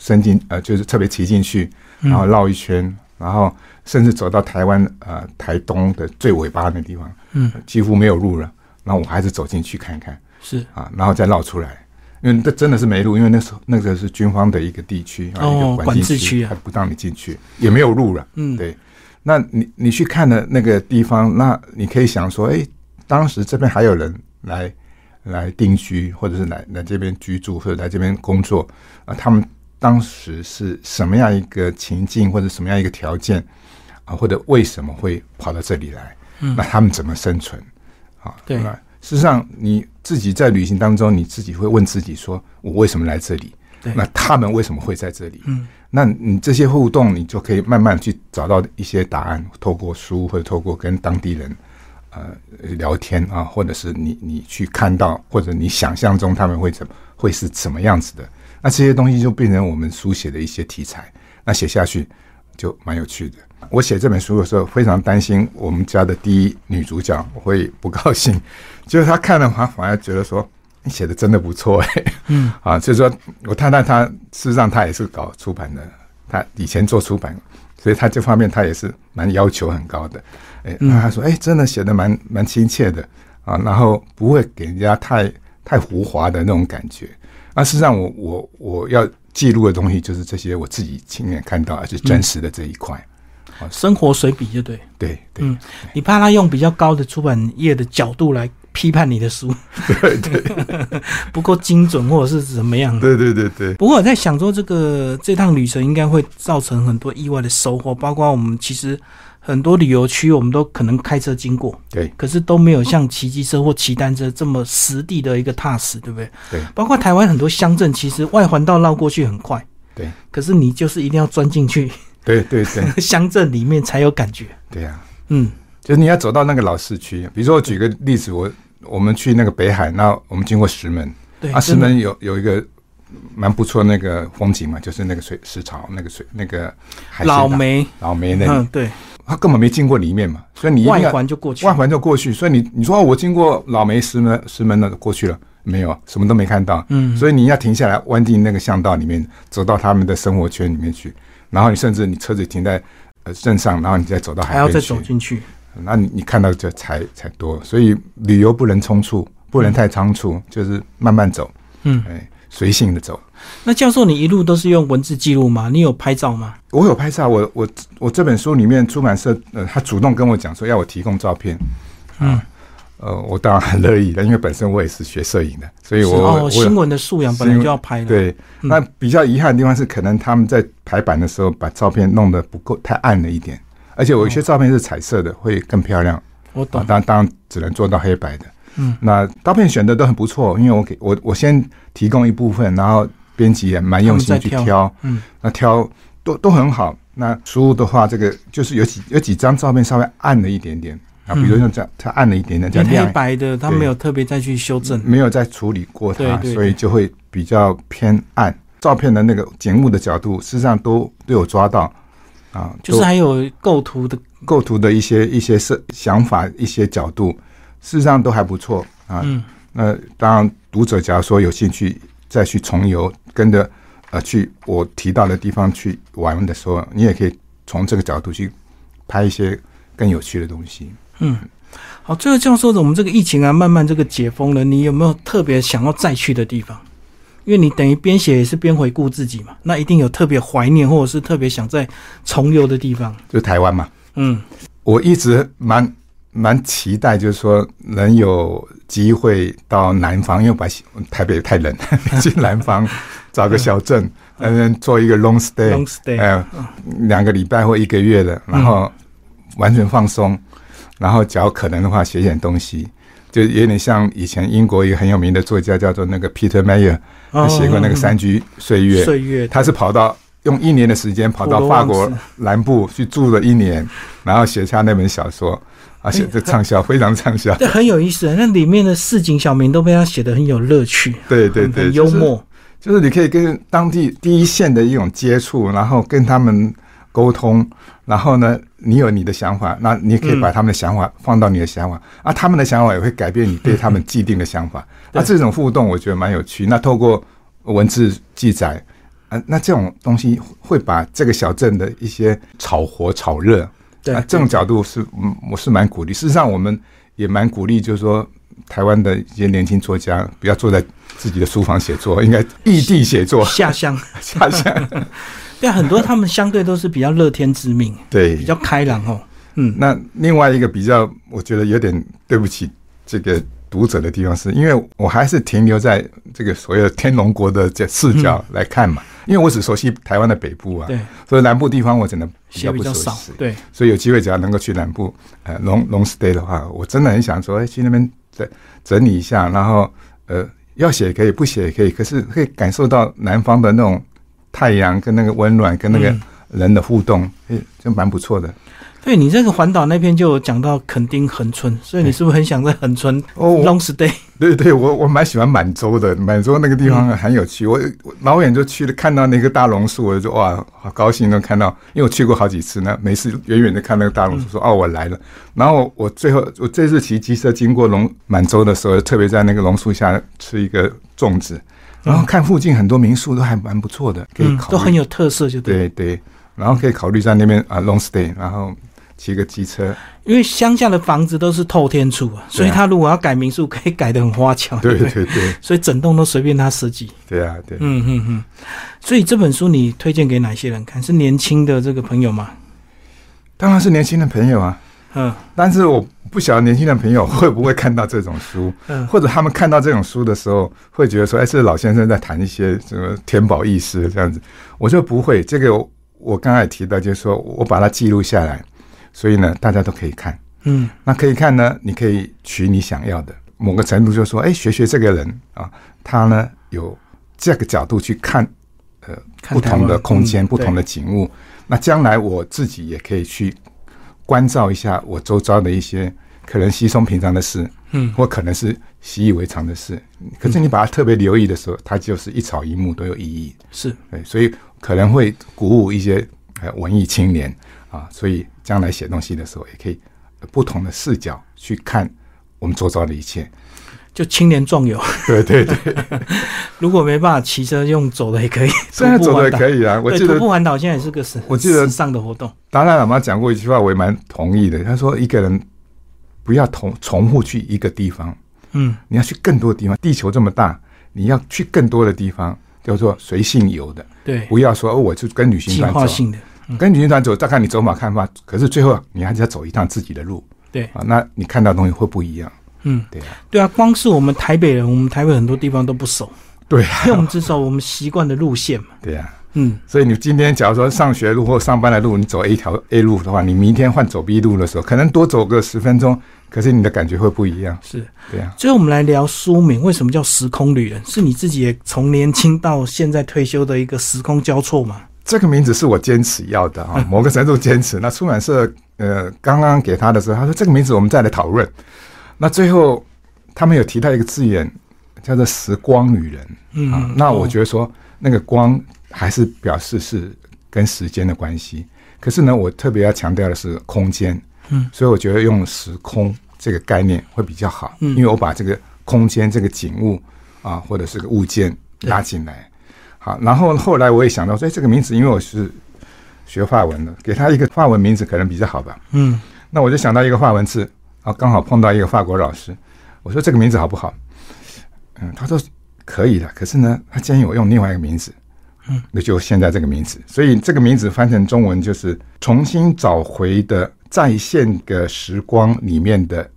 Speaker 2: 伸进呃，就是特别骑进去，
Speaker 1: 嗯
Speaker 2: 然后绕一圈，然后甚至走到台湾呃台东的最尾巴那地方，
Speaker 1: 嗯，
Speaker 2: 几乎没有路了，那我还是走进去看看。
Speaker 1: 是
Speaker 2: 啊，然后再绕出来，因为这真的是没路，因为那时候那个是军方的一个地区啊，
Speaker 1: 哦
Speaker 2: 一个环
Speaker 1: 管制
Speaker 2: 境
Speaker 1: 区啊
Speaker 2: 还不让你进去，也没有路了。
Speaker 1: 嗯
Speaker 2: 对。那你你去看了那个地方，那你可以想说，哎，当时这边还有人来来定居，或者是来来这边居住，或者来这边工作啊，他们当时是什么样一个情境，或者什么样一个条件啊，或者为什么会跑到这里来？
Speaker 1: 嗯
Speaker 2: 那他们怎么生存？啊，
Speaker 1: 对
Speaker 2: 那事实上，你自己在旅行当中，你自己会问自己说：我为什么来这里？
Speaker 1: 对
Speaker 2: 那他们为什么会在这里？
Speaker 1: 嗯，
Speaker 2: 那你这些互动，你就可以慢慢去找到一些答案，透过书或者透过跟当地人呃聊天啊，或者是你你去看到或者你想象中他们会怎么会是怎么样子的？那这些东西就变成我们书写的一些题材，那写下去就蛮有趣的。我写这本书的时候，非常担心我们家的第一女主角会不高兴， 结果她看了反反而觉得说你写的真的不错哎、
Speaker 1: 嗯
Speaker 2: 啊，所以说我太太她事实上她也是搞出版的，她以前做出版，所以她这方面她也是蛮要求很高的。哎，那她说哎，真的写的蛮蛮亲切的啊，然后不会给人家太太胡华的那种感觉。那啊事实上我我我要记录的东西就是这些我自己亲眼看到而且真实的这一块。
Speaker 1: 生活随笔就对。
Speaker 2: 对对
Speaker 1: 嗯你怕他用比较高的出版业的角度来批判你的书
Speaker 2: 对对
Speaker 1: 不够精准，或者是怎么样。
Speaker 2: 对对对对，
Speaker 1: 不过我在想说，这个这趟旅程应该会造成很多意外的收获，包括我们其实很多旅游区我们都可能开车经过，
Speaker 2: 对，
Speaker 1: 可是都没有像骑机车或骑单车这么实地的一个踏实，对不对？
Speaker 2: 对
Speaker 1: 包括台湾很多乡镇，其实外环道绕过去很快，
Speaker 2: 对，
Speaker 1: 可是你就是一定要钻进去
Speaker 2: 对对对
Speaker 1: 乡镇里面才有感觉。
Speaker 2: 对呀、
Speaker 1: 嗯，
Speaker 2: 就是你要走到那个老市区。比如说，我举个例子，我我们去那个北海，那我们经过石门，
Speaker 1: 对，
Speaker 2: 啊，石
Speaker 1: 真的
Speaker 2: 门有有一个蛮不错那个风景嘛，就是那个水石槽，那个水那个海鲜
Speaker 1: 老
Speaker 2: 岛
Speaker 1: 梅，
Speaker 2: 老梅那里，
Speaker 1: 嗯，对，
Speaker 2: 他根本没经过里面嘛，所以你一定
Speaker 1: 外
Speaker 2: 要
Speaker 1: 环就过去
Speaker 2: 外，环就过去，所以你你说、哦我经过老梅石门石门那过去了。没有，什么都没看到，
Speaker 1: 嗯
Speaker 2: 所以你要停下来，弯进那个巷道里面，走到他们的生活圈里面去，然后你甚至你车子停在呃镇上，然后你再走到海
Speaker 1: 还要
Speaker 2: 边去，
Speaker 1: 再走进去。
Speaker 2: 那你你看到这才才多，所以旅游不能冲促，不能太仓促，就是慢慢走，
Speaker 1: 嗯，
Speaker 2: 哎，随性的走。
Speaker 1: 那教授，你一路都是用文字记录吗？你有拍照吗？
Speaker 2: 我有拍照，我我我这本书里面出版社呃，他主动跟我讲说要我提供照片，
Speaker 1: 嗯，
Speaker 2: 呃，我当然很乐意的，因为本身我也是学摄影的，所以
Speaker 1: 是
Speaker 2: 我、
Speaker 1: 哦，
Speaker 2: 我
Speaker 1: 新闻的素养本来就要拍的。，
Speaker 2: 对，
Speaker 1: 嗯
Speaker 2: 那比较遗憾的地方是，可能他们在排版的时候把照片弄得不够太暗了一点，而且我有些照片是彩色的，会更漂亮。
Speaker 1: 我
Speaker 2: 啊
Speaker 1: 哦懂，。
Speaker 2: 当当然只能做到黑白的。
Speaker 1: 嗯，
Speaker 2: 那照片选的都很不错，因为我给我我先提供一部分，然后编辑也蛮用心去
Speaker 1: 他们再嗯，
Speaker 2: 那挑都都很好。那书的话，这个就是有几有几张照片稍微暗了一点点啊，比
Speaker 1: 嗯
Speaker 2: 如像这样，它暗了一点点，这
Speaker 1: 因为
Speaker 2: 样
Speaker 1: 黑
Speaker 2: 亮
Speaker 1: 白的，他
Speaker 2: 对嗯
Speaker 1: 没有特别再去修正。
Speaker 2: 没有再处理过
Speaker 1: 嗯对
Speaker 2: 它，
Speaker 1: 对
Speaker 2: 所以就会比较偏暗。照片的那个景物的角度，事实上都都有抓到啊，
Speaker 1: 就是还有构图的，
Speaker 2: 都构图的一些一些设想法、一些角度，事实上都还不错啊。
Speaker 1: 嗯，
Speaker 2: 那当然，读者假如说有兴趣再去重游，跟着呃去我提到的地方去玩的时候，你也可以从这个角度去拍一些更有趣的东西。
Speaker 1: 好，最后教授，我们这个疫情啊，慢慢这个解封了，你有没有特别想要再去的地方？因为你等于边写也是边回顾自己嘛，那一定有特别怀念或者是特别想再重游的地方。
Speaker 2: 就台湾嘛，
Speaker 1: 嗯，
Speaker 2: 我一直蛮蛮期待，就是说能有机会到南方，因为把台北太冷， 去南方找个小镇，嗯，做一个 long stay，
Speaker 1: long stay
Speaker 2: 呃，两个礼拜或一个月的，然
Speaker 1: 嗯
Speaker 2: 后完全放松，然后只要可能的话写点东西，就有点像以前英国一个很有名的作家叫做那个 Peter Mayer，他写过那个《山居岁月》，
Speaker 1: 哦嗯岁月，
Speaker 2: 他是跑到用一年的时间跑到
Speaker 1: 普罗
Speaker 2: 法
Speaker 1: 旺斯
Speaker 2: 国南部去住了一年，然后写下那本小说，而且这畅销非常畅销。
Speaker 1: 这哎很有意思。那里面的市井小民都被他写的很有乐趣，
Speaker 2: 对对
Speaker 1: 很
Speaker 2: 对，
Speaker 1: 很幽
Speaker 2: 就是啊
Speaker 1: 默。
Speaker 2: 就是你可以跟当地第一线的一种接触，然后跟他们沟通，然后呢，你有你的想法，那你也可以把他们的想法放到你的想法，啊，他们的想法也会改变你对他们既定的想法，
Speaker 1: 对
Speaker 2: 啊，这种互动我觉得蛮有趣。那透过文字记载，啊，那这种东西会把这个小镇的一些炒火炒热，
Speaker 1: 对，
Speaker 2: 啊，，这种角度是，嗯，我是蛮鼓励。事实上，我们也蛮鼓励，就是说，台湾的一些年轻作家不要坐在自己的书房写作，应该异地写作
Speaker 1: 下乡。
Speaker 2: 下乡。
Speaker 1: 对，很多他们相对都是比较乐天知 命，比
Speaker 2: 对，
Speaker 1: 较开朗哦。嗯，
Speaker 2: 那另外一个比较，我觉得有点对不起这个读者的地方是，因为我还是停留在这个所谓的天龙国的这视角来看嘛，因为我只熟悉台湾的北部啊，
Speaker 1: 嗯对，
Speaker 2: 所以南部地方我只能比
Speaker 1: 写
Speaker 2: 较
Speaker 1: 比
Speaker 2: 不
Speaker 1: 较
Speaker 2: 熟
Speaker 1: 少
Speaker 2: 悉。，
Speaker 1: 对，
Speaker 2: 所以有机会只要能够去南部，呃，龙龙 stay 的话，我真的很想说，哎，去那边整整理一下，然后呃，要写也可以，不写也可以，可是可以感受到南方的那种太阳跟那个温暖跟那个
Speaker 1: 嗯
Speaker 2: 人的互动，哎、就蛮不错的。
Speaker 1: 对你这个环岛那篇就有讲到垦丁恒春，所以你是不是很想在恒春
Speaker 2: 哦，我
Speaker 1: long stay？
Speaker 2: 对对，我我蛮喜欢满洲的，满洲那个地
Speaker 1: 嗯
Speaker 2: 方很有趣，我我老远就去了，看到那个大榕树，我就哇，好高兴能看到，因为我去过好几次呢，每次远远的看那个大榕
Speaker 1: 嗯
Speaker 2: 树，说哦我来了，然后我最后我这次骑机车经过龙满洲的时候，特别在那个榕树下吃一个粽子，然后看附近很多民宿都还蛮不错的，可以
Speaker 1: 嗯，
Speaker 2: 考虑、
Speaker 1: 都很有特色，就对。
Speaker 2: 对对，然后可以考虑在那边啊 long stay，然后骑个机车，
Speaker 1: 因为乡下的房子都是透天厝啊，所以他如果要改民宿，可以改得很花俏。
Speaker 2: 对对对，
Speaker 1: 所以整栋都随便他设计。
Speaker 2: 对啊对。
Speaker 1: 嗯嗯嗯。所以这本书你推荐给哪些人看？是年轻的这个朋友吗？
Speaker 2: 当然是年轻的朋友啊，
Speaker 1: 嗯，
Speaker 2: 但是我不晓得年轻的朋友会不会看到这种书，
Speaker 1: 嗯
Speaker 2: 或者他们看到这种书的时候，会觉得说，哎，是老先生在谈一些什么填饱意思这样子。我说不会，这个我我刚才也提到，就是说我把它记录下来，所以呢，大家都可以看。
Speaker 1: 嗯
Speaker 2: 那可以看呢，你可以取你想要的，某个程度就说，哎，学学这个人啊，他呢有这个角度去看，呃，
Speaker 1: 看
Speaker 2: 不同
Speaker 1: 台
Speaker 2: 的
Speaker 1: 湾
Speaker 2: 空间、
Speaker 1: 嗯
Speaker 2: 不同的景物。那将来我自己也可以去关照一下我周遭的一些可能稀松平常的事，
Speaker 1: 嗯
Speaker 2: 或可能是习以为常的事。可是你把它特别留意的时候，它就是一草一木都有意义。
Speaker 1: 是
Speaker 2: 对，所以可能会鼓舞一些呃文艺青年啊，所以将来写东西的时候，也可以呃不同的视角去看我们周遭的一 切。
Speaker 1: 就青年壮游，
Speaker 2: 对 对对，
Speaker 1: 如果没办法骑车，用走的也 可以，
Speaker 2: 现在走的可
Speaker 1: 以。
Speaker 2: 以啊。我
Speaker 1: 对，
Speaker 2: 记
Speaker 1: 徒
Speaker 2: 得
Speaker 1: 步环岛现在也是个时，
Speaker 2: 我记得
Speaker 1: 时尚的活动。
Speaker 2: 达赖喇嘛讲过一句话，我也蛮同意的。他说，一个人不要重重复去一个地方，
Speaker 1: 嗯，
Speaker 2: 你要去更多的地方。地球这么大，你要去更多的地方，叫做随性游的，
Speaker 1: 对，
Speaker 2: 不要说哦，我就跟旅行
Speaker 1: 计
Speaker 2: 团
Speaker 1: 划
Speaker 2: 走。嗯
Speaker 1: 性的，
Speaker 2: 跟旅行团走，大概你走马看花，可是最后你还是要走一趟自己的路。
Speaker 1: 对，
Speaker 2: 啊，那你看到的东西会不一样，
Speaker 1: 嗯，
Speaker 2: 对啊，
Speaker 1: 对啊，光是我们台北人，我们台北很多地方都不 熟，
Speaker 2: 对啊，
Speaker 1: 因为我们至少我们习惯的路线嘛。
Speaker 2: 对啊。
Speaker 1: 嗯，
Speaker 2: 所以你今天假如说上学路或上班的路，你走 A 条 A 路的话，你明天换走 B 路的时候，可能多走个十分钟，可是你的感觉会不一样，
Speaker 1: 是。
Speaker 2: 对啊。
Speaker 1: 最后我们来聊书名，为什么叫《时空旅人》？是你自己也从年轻到现在退休的一个时空交错嘛？
Speaker 2: 这个名字是我坚持要的
Speaker 1: 嗯
Speaker 2: 啊，某个程度坚持。那出版社呃刚刚给他的时候，他说这个名字我们再来讨论。那最后他们有提到一个字眼，叫做“时光女人”
Speaker 1: 嗯
Speaker 2: 啊。那
Speaker 1: 哦
Speaker 2: 我觉得说那个光还是表示是跟时间的关系，可是呢，我特别要强调的是空间。
Speaker 1: 嗯，
Speaker 2: 所以我觉得用时空这个概念会比较好，
Speaker 1: 嗯
Speaker 2: 因为我把这个空间这个景物啊，或者是个物件拉进来。好，然后后来我也想到，说，哎，这个名字，因为我是学法文的，给他一个法文名字可能比较好吧。
Speaker 1: 嗯
Speaker 2: 那我就想到一个法文字，啊，刚好碰到一个法国老师，我说这个名字好不好？嗯，他说可以的，可是呢，他建议我用另外一个名字，
Speaker 1: 嗯，
Speaker 2: 那就现在这个名字。所以这个名字翻成中文就是重新找回的再现个时光里面的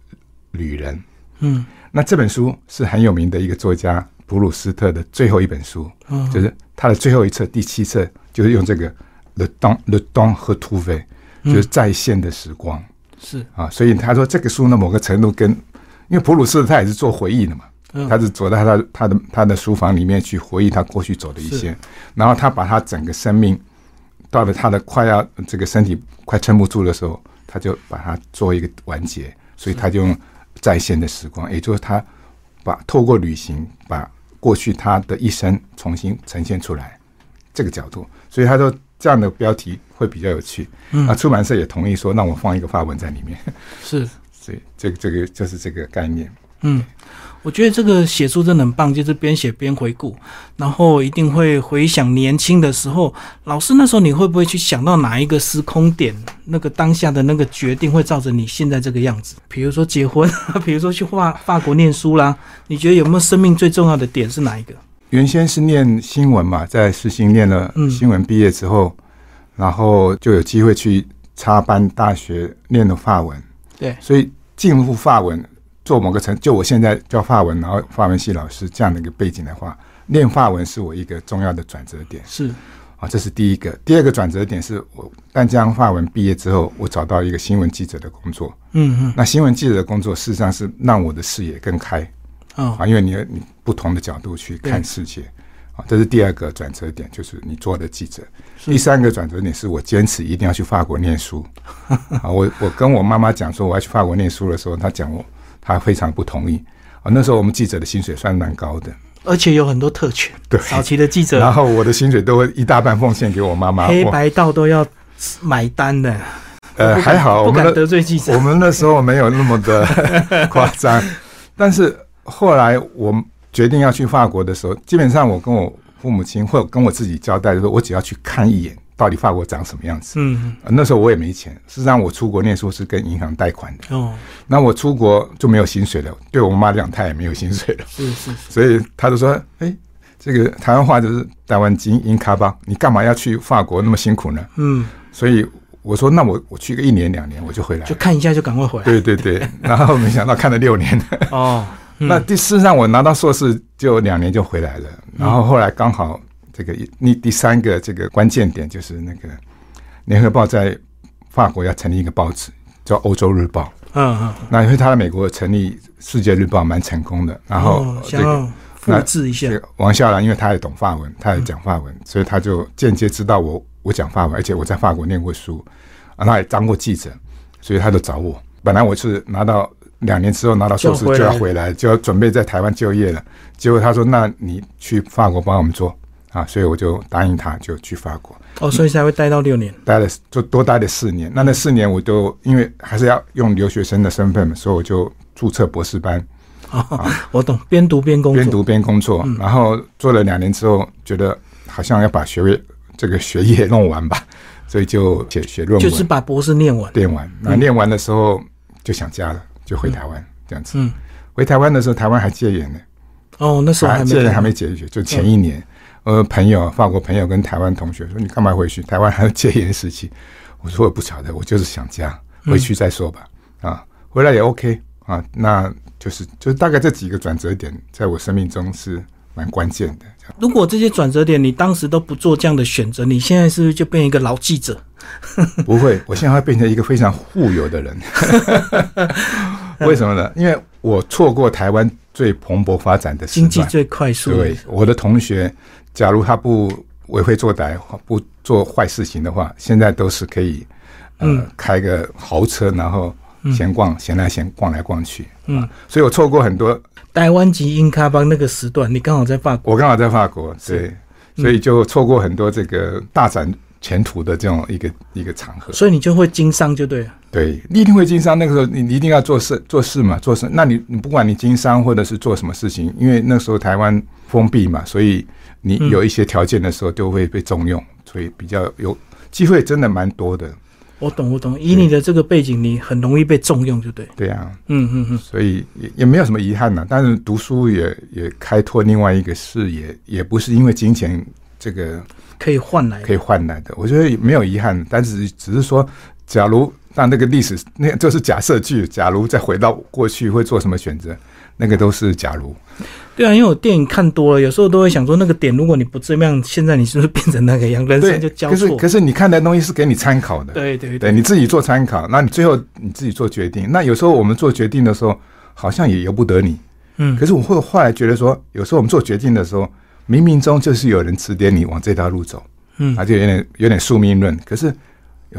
Speaker 2: 旅人。
Speaker 1: 嗯
Speaker 2: 那这本书是很有名的一个作家普鲁斯特的最后一本书，
Speaker 1: 嗯，
Speaker 2: 就是他的最后一册第七册，就是用这个 le temps le temps retrouvé，就是在线的时光、
Speaker 1: 是
Speaker 2: 啊。所以他说这个书呢，某个程度跟，因为普鲁斯特他也是做回忆的嘛，
Speaker 1: 嗯
Speaker 2: 他是走到他他的他的书房里面去回忆他过去走的一些，然后他把他整个生命到了他的快要这个身体快撑不住的时候，他就把它做一个完结，所以他就用在线的时光，也就是他把透过旅行把过去他的一生重新呈现出来这个角度，所以他说这样的标题会比较有趣。
Speaker 1: 嗯
Speaker 2: 那出版社也同意说让我放一个发文在里面，
Speaker 1: 是
Speaker 2: 所以这个这个就是这个概念。
Speaker 1: 嗯，我觉得这个写书真的很棒，就是边写边回顾，然后一定会回想年轻的时候。老师那时候你会不会去想到哪一个时空点，那个当下的那个决定会造成你现在这个样子？比如说结婚， 比如说去法法国念书啦，你觉得有没有生命最重要的点是哪一个？
Speaker 2: 原先是念新闻嘛，在世新念了
Speaker 1: 嗯
Speaker 2: 新闻毕业之后，然后就有机会去插班大学念了法文，
Speaker 1: 对
Speaker 2: 所以进入法文做某个成，就我现在教法文，然后法文系老师这样的一个背景的话，念法文是我一个重要的转折点
Speaker 1: 是
Speaker 2: 啊，这是第一个。第二个转折点是我淡江法文毕业之后，我找到一个新闻记者的工作。
Speaker 1: 嗯
Speaker 2: 那新闻记者的工作事实上是让我的视野更开，
Speaker 1: 嗯哦
Speaker 2: 啊，因为你你不同的角度去看
Speaker 1: 对
Speaker 2: 世界啊，这是第二个转折点，就是你做的记者。
Speaker 1: 是
Speaker 2: 第三个转折点是我坚持一定要去法国 念书啊，我我跟我妈妈讲说我要去法国念书的时候，她讲我她非常不同意啊。那时候我们记者的薪水算蛮高的，
Speaker 1: 而且有很多特权。
Speaker 2: 对
Speaker 1: 早期的记
Speaker 2: 然
Speaker 1: 者
Speaker 2: 后我的薪水都会一大半奉献给我妈妈，
Speaker 1: 黑
Speaker 2: 我
Speaker 1: 白道都要买单的，
Speaker 2: 呃
Speaker 1: 不敢
Speaker 2: 还好我
Speaker 1: 不
Speaker 2: 们
Speaker 1: 敢
Speaker 2: 的
Speaker 1: 得罪记者
Speaker 2: 我。们那时候没有那 么的夸张，但是后来我们决定要去法国的时候，基本上我跟我父母亲或跟我自己交代说，我只要去看一眼，到底法国长什么样子。
Speaker 1: 嗯
Speaker 2: 呃那时候我也没钱，事实上我出国念书是跟银行贷款的，
Speaker 1: 哦，
Speaker 2: 那我出国就没有薪水了，对我妈来讲她也没有薪水了，
Speaker 1: 是是是，
Speaker 2: 所以她就说：“哎，这个台湾话就是台湾金银卡吧，你干嘛要去法国那么辛苦呢？”
Speaker 1: 嗯
Speaker 2: 所以我说那我我去个一年两年我就回来
Speaker 1: 就
Speaker 2: 了。
Speaker 1: 看一下就赶快 回来。
Speaker 2: 对对对，然后没想到看了六年，
Speaker 1: 哦，嗯
Speaker 2: 那第事实上我拿到硕士就两年就回来了，然后后来刚好这个一第第三个这个关键点就是那个联合报在法国要成立一个报纸叫欧洲日报，
Speaker 1: 嗯嗯，
Speaker 2: 那因为他在美国成立世界日报蛮成功的，然后
Speaker 1: 哦
Speaker 2: 这
Speaker 1: 想
Speaker 2: 个。
Speaker 1: 要复制一下
Speaker 2: 这，个王孝兰，因为他也懂法文，他也讲法文，所以他就间接知道我我讲法文，而且我在法国念过书，啊，他也当过记者，所以他就找我。本来我是拿到两年之后拿到硕士
Speaker 1: 就要回
Speaker 2: 就
Speaker 1: 来
Speaker 2: 要回来，就要准备在台湾就业了。结果他说：“那你去法国帮我们做啊！”所以我就答应他，就去法国
Speaker 1: 哦，所以才会待到六年。
Speaker 2: 待了，就多待了四年。那那四年我都因为还是要用留学生的身份嘛，所以我就注册博士班，
Speaker 1: 哦， 我懂，边读边工
Speaker 2: 嗯边
Speaker 1: 作。嗯
Speaker 2: 读边工作，然后做了两年之后，觉得好像要把学位这个学业弄完吧， 所以就写写论文，
Speaker 1: 就是把博士念完，
Speaker 2: 念完。那念完的时候就想家了，就回台湾、这样子。
Speaker 1: 嗯，
Speaker 2: 回台湾的时候，台湾还戒严呢，
Speaker 1: 哦，那时候还没
Speaker 2: 戒啊严还没解决，就前一年，呃，朋友法国朋友跟台湾同学说：“你干嘛回去？台湾还有戒严时期。”我说：“我不晓得，我就是想家，
Speaker 1: 嗯
Speaker 2: 回去再说吧。啊，回来也 OK 啊，那就是就是大概这几个转折点，在我生命中是蛮关键的。这样
Speaker 1: 如果这些转折点你当时都不做这样的选择，你现在是不是就变一个老记者？
Speaker 2: 不会，我现在会变成一个非常富有的人。 为什么呢？因为我错过台湾最蓬勃发展的时
Speaker 1: 经济
Speaker 2: 段。
Speaker 1: 最快速的
Speaker 2: 对，我的同学，假如他不为非作歹、不做坏事情的话，现在都是可以，呃，开个豪车，然后闲逛、闲来闲逛来逛去。
Speaker 1: 嗯
Speaker 2: 啊，所以我错过很多。
Speaker 1: 台湾及英咖邦那个时段，你刚好在法国，
Speaker 2: 我刚好在法国，对，所以就错过很多这个大展前途的这种一个一个场合。
Speaker 1: 所以你就会经商就对了。
Speaker 2: 对，你一定会经商。那个时候你你一定要做事做事嘛，做事。那你你不管你经商或者是做什么事情，因为那时候台湾封闭嘛，所以你有一些条件的时候就会被重用，所以比较有机会，真的蛮多的。
Speaker 1: 我懂，我懂。以你的这个背景，你很容易被重用，就对。
Speaker 2: 对啊，
Speaker 1: 嗯嗯嗯，
Speaker 2: 所以也也没有什么遗憾呐、但是读书也也开拓另外一个视野，也不是因为金钱这个
Speaker 1: 可以换来的
Speaker 2: 可以换来的。我觉得也没有遗憾，但是只是说，假如让那个历史，那就是假设句，假如再回到过去会做什么选择，那个都是假如。
Speaker 1: 对啊，因为我电影看多了，有时候都会想说，那个点如果你不这样，现在你是不是变成那个样，人
Speaker 2: 对
Speaker 1: 生就，交
Speaker 2: 可是
Speaker 1: 错
Speaker 2: 可。是你看的东西是给你参考的，
Speaker 1: 对对对，
Speaker 2: 对，你自己做参考，那你最后你自己做决定。那有时候我们做决定的时候，好像也由不得你。
Speaker 1: 嗯
Speaker 2: 可是我会后来觉得说，有时候我们做决定的时候，冥冥中就是有人指点你往这条路走。
Speaker 1: 嗯
Speaker 2: 啊，就有点有点宿命论。可是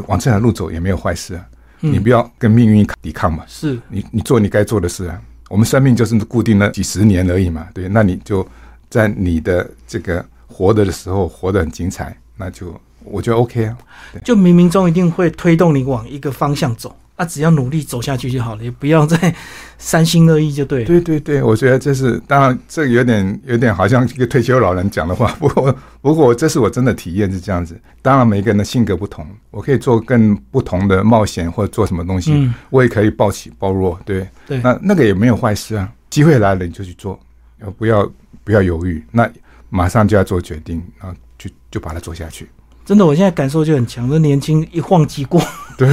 Speaker 2: 往这条路走也没有坏事啊，
Speaker 1: 嗯
Speaker 2: 你不要跟命运抵抗嘛，
Speaker 1: 是
Speaker 2: 你你做你该做的事啊。我们生命就是固定了几十年而已嘛，对，那你就在你的这个活着的时候活得很精彩，那就我觉得 OK 啊。
Speaker 1: 就冥冥中一定会推动你往一个方向走啊，只要努力走下去就好了，也不要再三心二意就对了。
Speaker 2: 对对对，我觉得这是当然，这个有点有点好像一个退休老人讲的话。 不过不过，这是我真的体验是这样子。当然，每个人的性格不同，我可以做更不同的冒险或者做什么东西，
Speaker 1: 嗯
Speaker 2: 我也可以暴起暴弱。对
Speaker 1: 对
Speaker 2: 那那个也没有坏事啊。机会来了你就去做，呃不要不要犹豫，那马上就要做决定，然后就就把它做下去。
Speaker 1: 真的，我现在感受就很强，这年轻一晃即过，
Speaker 2: 对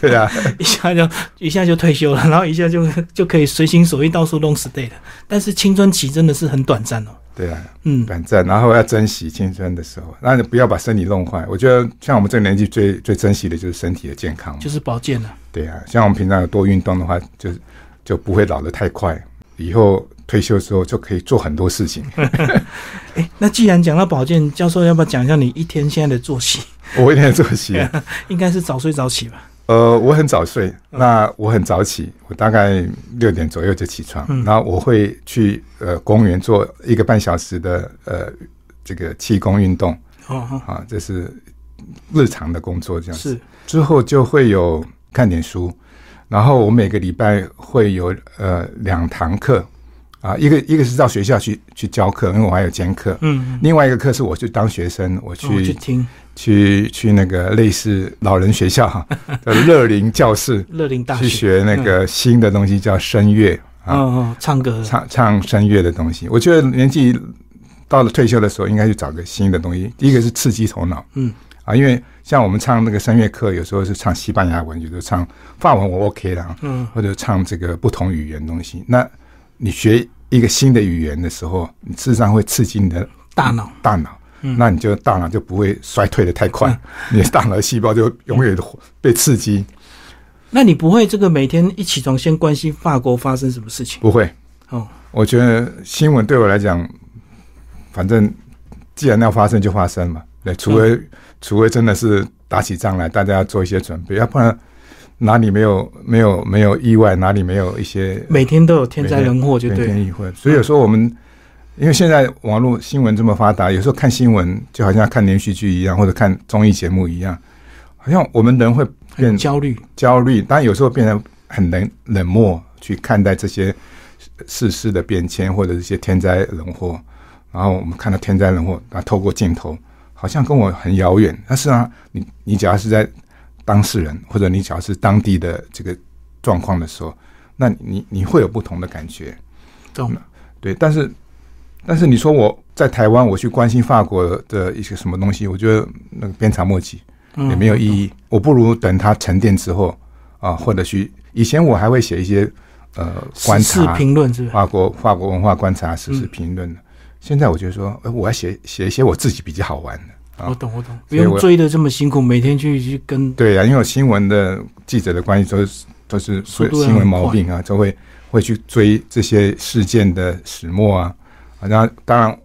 Speaker 2: 对啊，
Speaker 1: 一下就一下就退休了， 然后一下就就可以随心所欲到处弄 stay 了。但是青春期真的是很短暂哦。
Speaker 2: 对啊。
Speaker 1: 嗯，
Speaker 2: 短暂，然后要珍惜青春的时候，那你不要把身体弄坏。我觉得像我们这个年纪最最珍惜的就是身体的健康嘛，
Speaker 1: 就是保健了。
Speaker 2: 对啊。像我们平常有多运动的话，就就不会老得太快。以后退休之后就可以做很多事情。
Speaker 1: 哎，那既然讲到保健，教授要不要讲一下你一天现在的作息？
Speaker 2: 我一天作息，
Speaker 1: 应该是早睡早起吧？
Speaker 2: 呃，我很早睡，
Speaker 1: 嗯
Speaker 2: 那我很早起，我大概六点左右就起床，
Speaker 1: 嗯
Speaker 2: 然后我会去呃公园做一个半小时的呃这个气功运动
Speaker 1: 哦，哦
Speaker 2: 啊，这是日常的工作这样子。
Speaker 1: 是，
Speaker 2: 之后就会有看点书，然后我每个礼拜会有呃两堂课啊，一个一个是到学校去去教课，因为我还有兼课，
Speaker 1: 嗯，哦
Speaker 2: 另外一个课是我去当学生，我去、
Speaker 1: 我去听
Speaker 2: 去去那个类似老人学 校哈，叫乐龄教室
Speaker 1: 乐龄大
Speaker 2: 去
Speaker 1: 学。嗯
Speaker 2: 学那个新的东西叫声乐
Speaker 1: 哦
Speaker 2: 啊，
Speaker 1: 哦，唱歌。
Speaker 2: 唱唱声乐的东西。我觉得年纪到了退休的时候，应该去找个新的东西，第一个是刺激头脑，
Speaker 1: 嗯，
Speaker 2: 啊，因为像我们唱那个声乐课，有时候是唱西班牙文，有时候唱法文，我 OK 啦，
Speaker 1: 嗯，
Speaker 2: 或者唱这个不同语言的东西。那你学一个新的语言的时候，你事实上会刺激你的
Speaker 1: 大脑
Speaker 2: 大脑，
Speaker 1: 嗯
Speaker 2: 那你就大脑就不会衰退的太快，你的大脑的细胞就永远地被刺激，
Speaker 1: 那你不会这个每天一起床先关心法国发生什么事情？
Speaker 2: 不会。
Speaker 1: 哦，
Speaker 2: 我觉得新闻对我来讲，反正既然要发生就发生嘛，对，除非、除非真的是打起仗来，大家要做一些准备，要不然哪里没有没有没有意外，哪里没有一些
Speaker 1: 每天都有天灾人祸，就
Speaker 2: 怨
Speaker 1: 对了。
Speaker 2: 天意会。所以有时候我们因为现在网络新闻这么发达，有时候看新闻就好像看连续剧一样，或者看综艺节目一样，好像我们人会变
Speaker 1: 很焦虑，
Speaker 2: 焦虑，但有时候变得很冷冷漠去看待这些世事的变迁或者一些天灾人祸。然后我们看到天灾人祸，啊，透过镜头，好像跟我很遥远。但是啊，你你只要是在当事人，或者你只要是当地的这个状况的时候，那你你会有不同的感觉。
Speaker 1: 懂？
Speaker 2: 对，但是但是你说我在台湾，我去关心法国的一些什么东西，我觉得那个鞭长莫及。
Speaker 1: 嗯
Speaker 2: 也没有意义。我不如等它沉淀之后啊，或者去以前我还会写一些呃观
Speaker 1: 时事
Speaker 2: 察啊
Speaker 1: 评论嗯是不是？
Speaker 2: 法国法国文化观察时事评论的，现在我就说，呃我要写写一些我自己比较好玩的。啊
Speaker 1: 我懂，我懂，不
Speaker 2: 所以我
Speaker 1: 用追的这么辛苦，每天去去跟
Speaker 2: 对啊呀、因为我新闻的记者的关系都是都是
Speaker 1: 速
Speaker 2: 会
Speaker 1: 度要
Speaker 2: 新闻
Speaker 1: 很
Speaker 2: 毛病啊，就会会去追这些事件的始末啊。啊，那当然，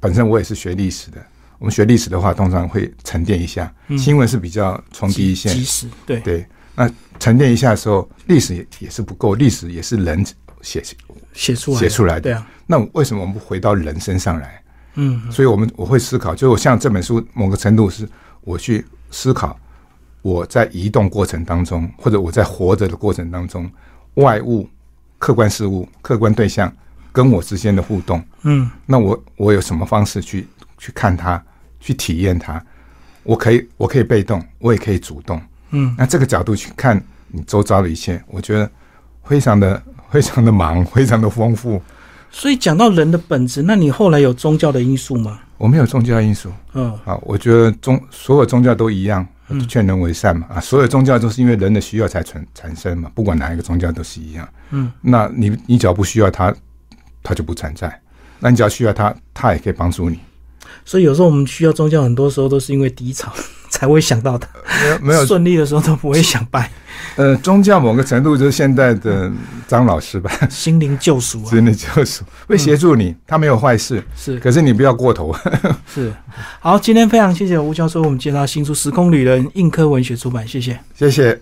Speaker 2: 本身我也是学历史的。我们学历史的话，通常会沉淀一下，
Speaker 1: 嗯
Speaker 2: 新闻是比较从第一线，
Speaker 1: 及时，对，
Speaker 2: 对，那沉淀一下的时候，历史也也是不够，历史也是人写
Speaker 1: 写出来的，
Speaker 2: 写出来的
Speaker 1: 对啊，
Speaker 2: 那为什么我们不回到人身上来？
Speaker 1: 嗯，
Speaker 2: 所以我们我会思考，就是我像这本书某个程度是我去思考我在移动过程当中，或者我在活着的过程当中，外物、客观事物、客观对象跟我之间的互动，
Speaker 1: 嗯，
Speaker 2: 那我我有什么方式去去看它，去体验它？我可以我可以被动，我也可以主动。
Speaker 1: 嗯，
Speaker 2: 那这个角度去看你周遭的一切，我觉得非常的非常的忙，非常的丰富。
Speaker 1: 所以讲到人的本质，那你后来有宗教的因素吗？
Speaker 2: 我没有宗教因素
Speaker 1: 嗯，
Speaker 2: 啊，我觉得宗所有宗教都一样，劝人为善嘛啊，所有宗教都是因为人的需要才产产生嘛，不管哪一个宗教都是一样。
Speaker 1: 嗯，
Speaker 2: 那你你只要不需要它，它就不存在。那你只要需要它，它也可以帮助你。
Speaker 1: 所以有时候我们需要宗教，很多时候都是因为低潮 才会想到它，
Speaker 2: 没有没有
Speaker 1: 顺利的时候都不会想 拜
Speaker 2: 呃，宗教某个程度就是现在的张老师吧，
Speaker 1: 心灵救赎啊，
Speaker 2: 真的就是 会协助你，他没有坏事，
Speaker 1: 是
Speaker 2: 可是你不要过头。
Speaker 1: 是。好，今天非常谢谢吴教授，我们介绍新书《时空旅人》，映科文学出版，谢谢。
Speaker 2: 谢谢。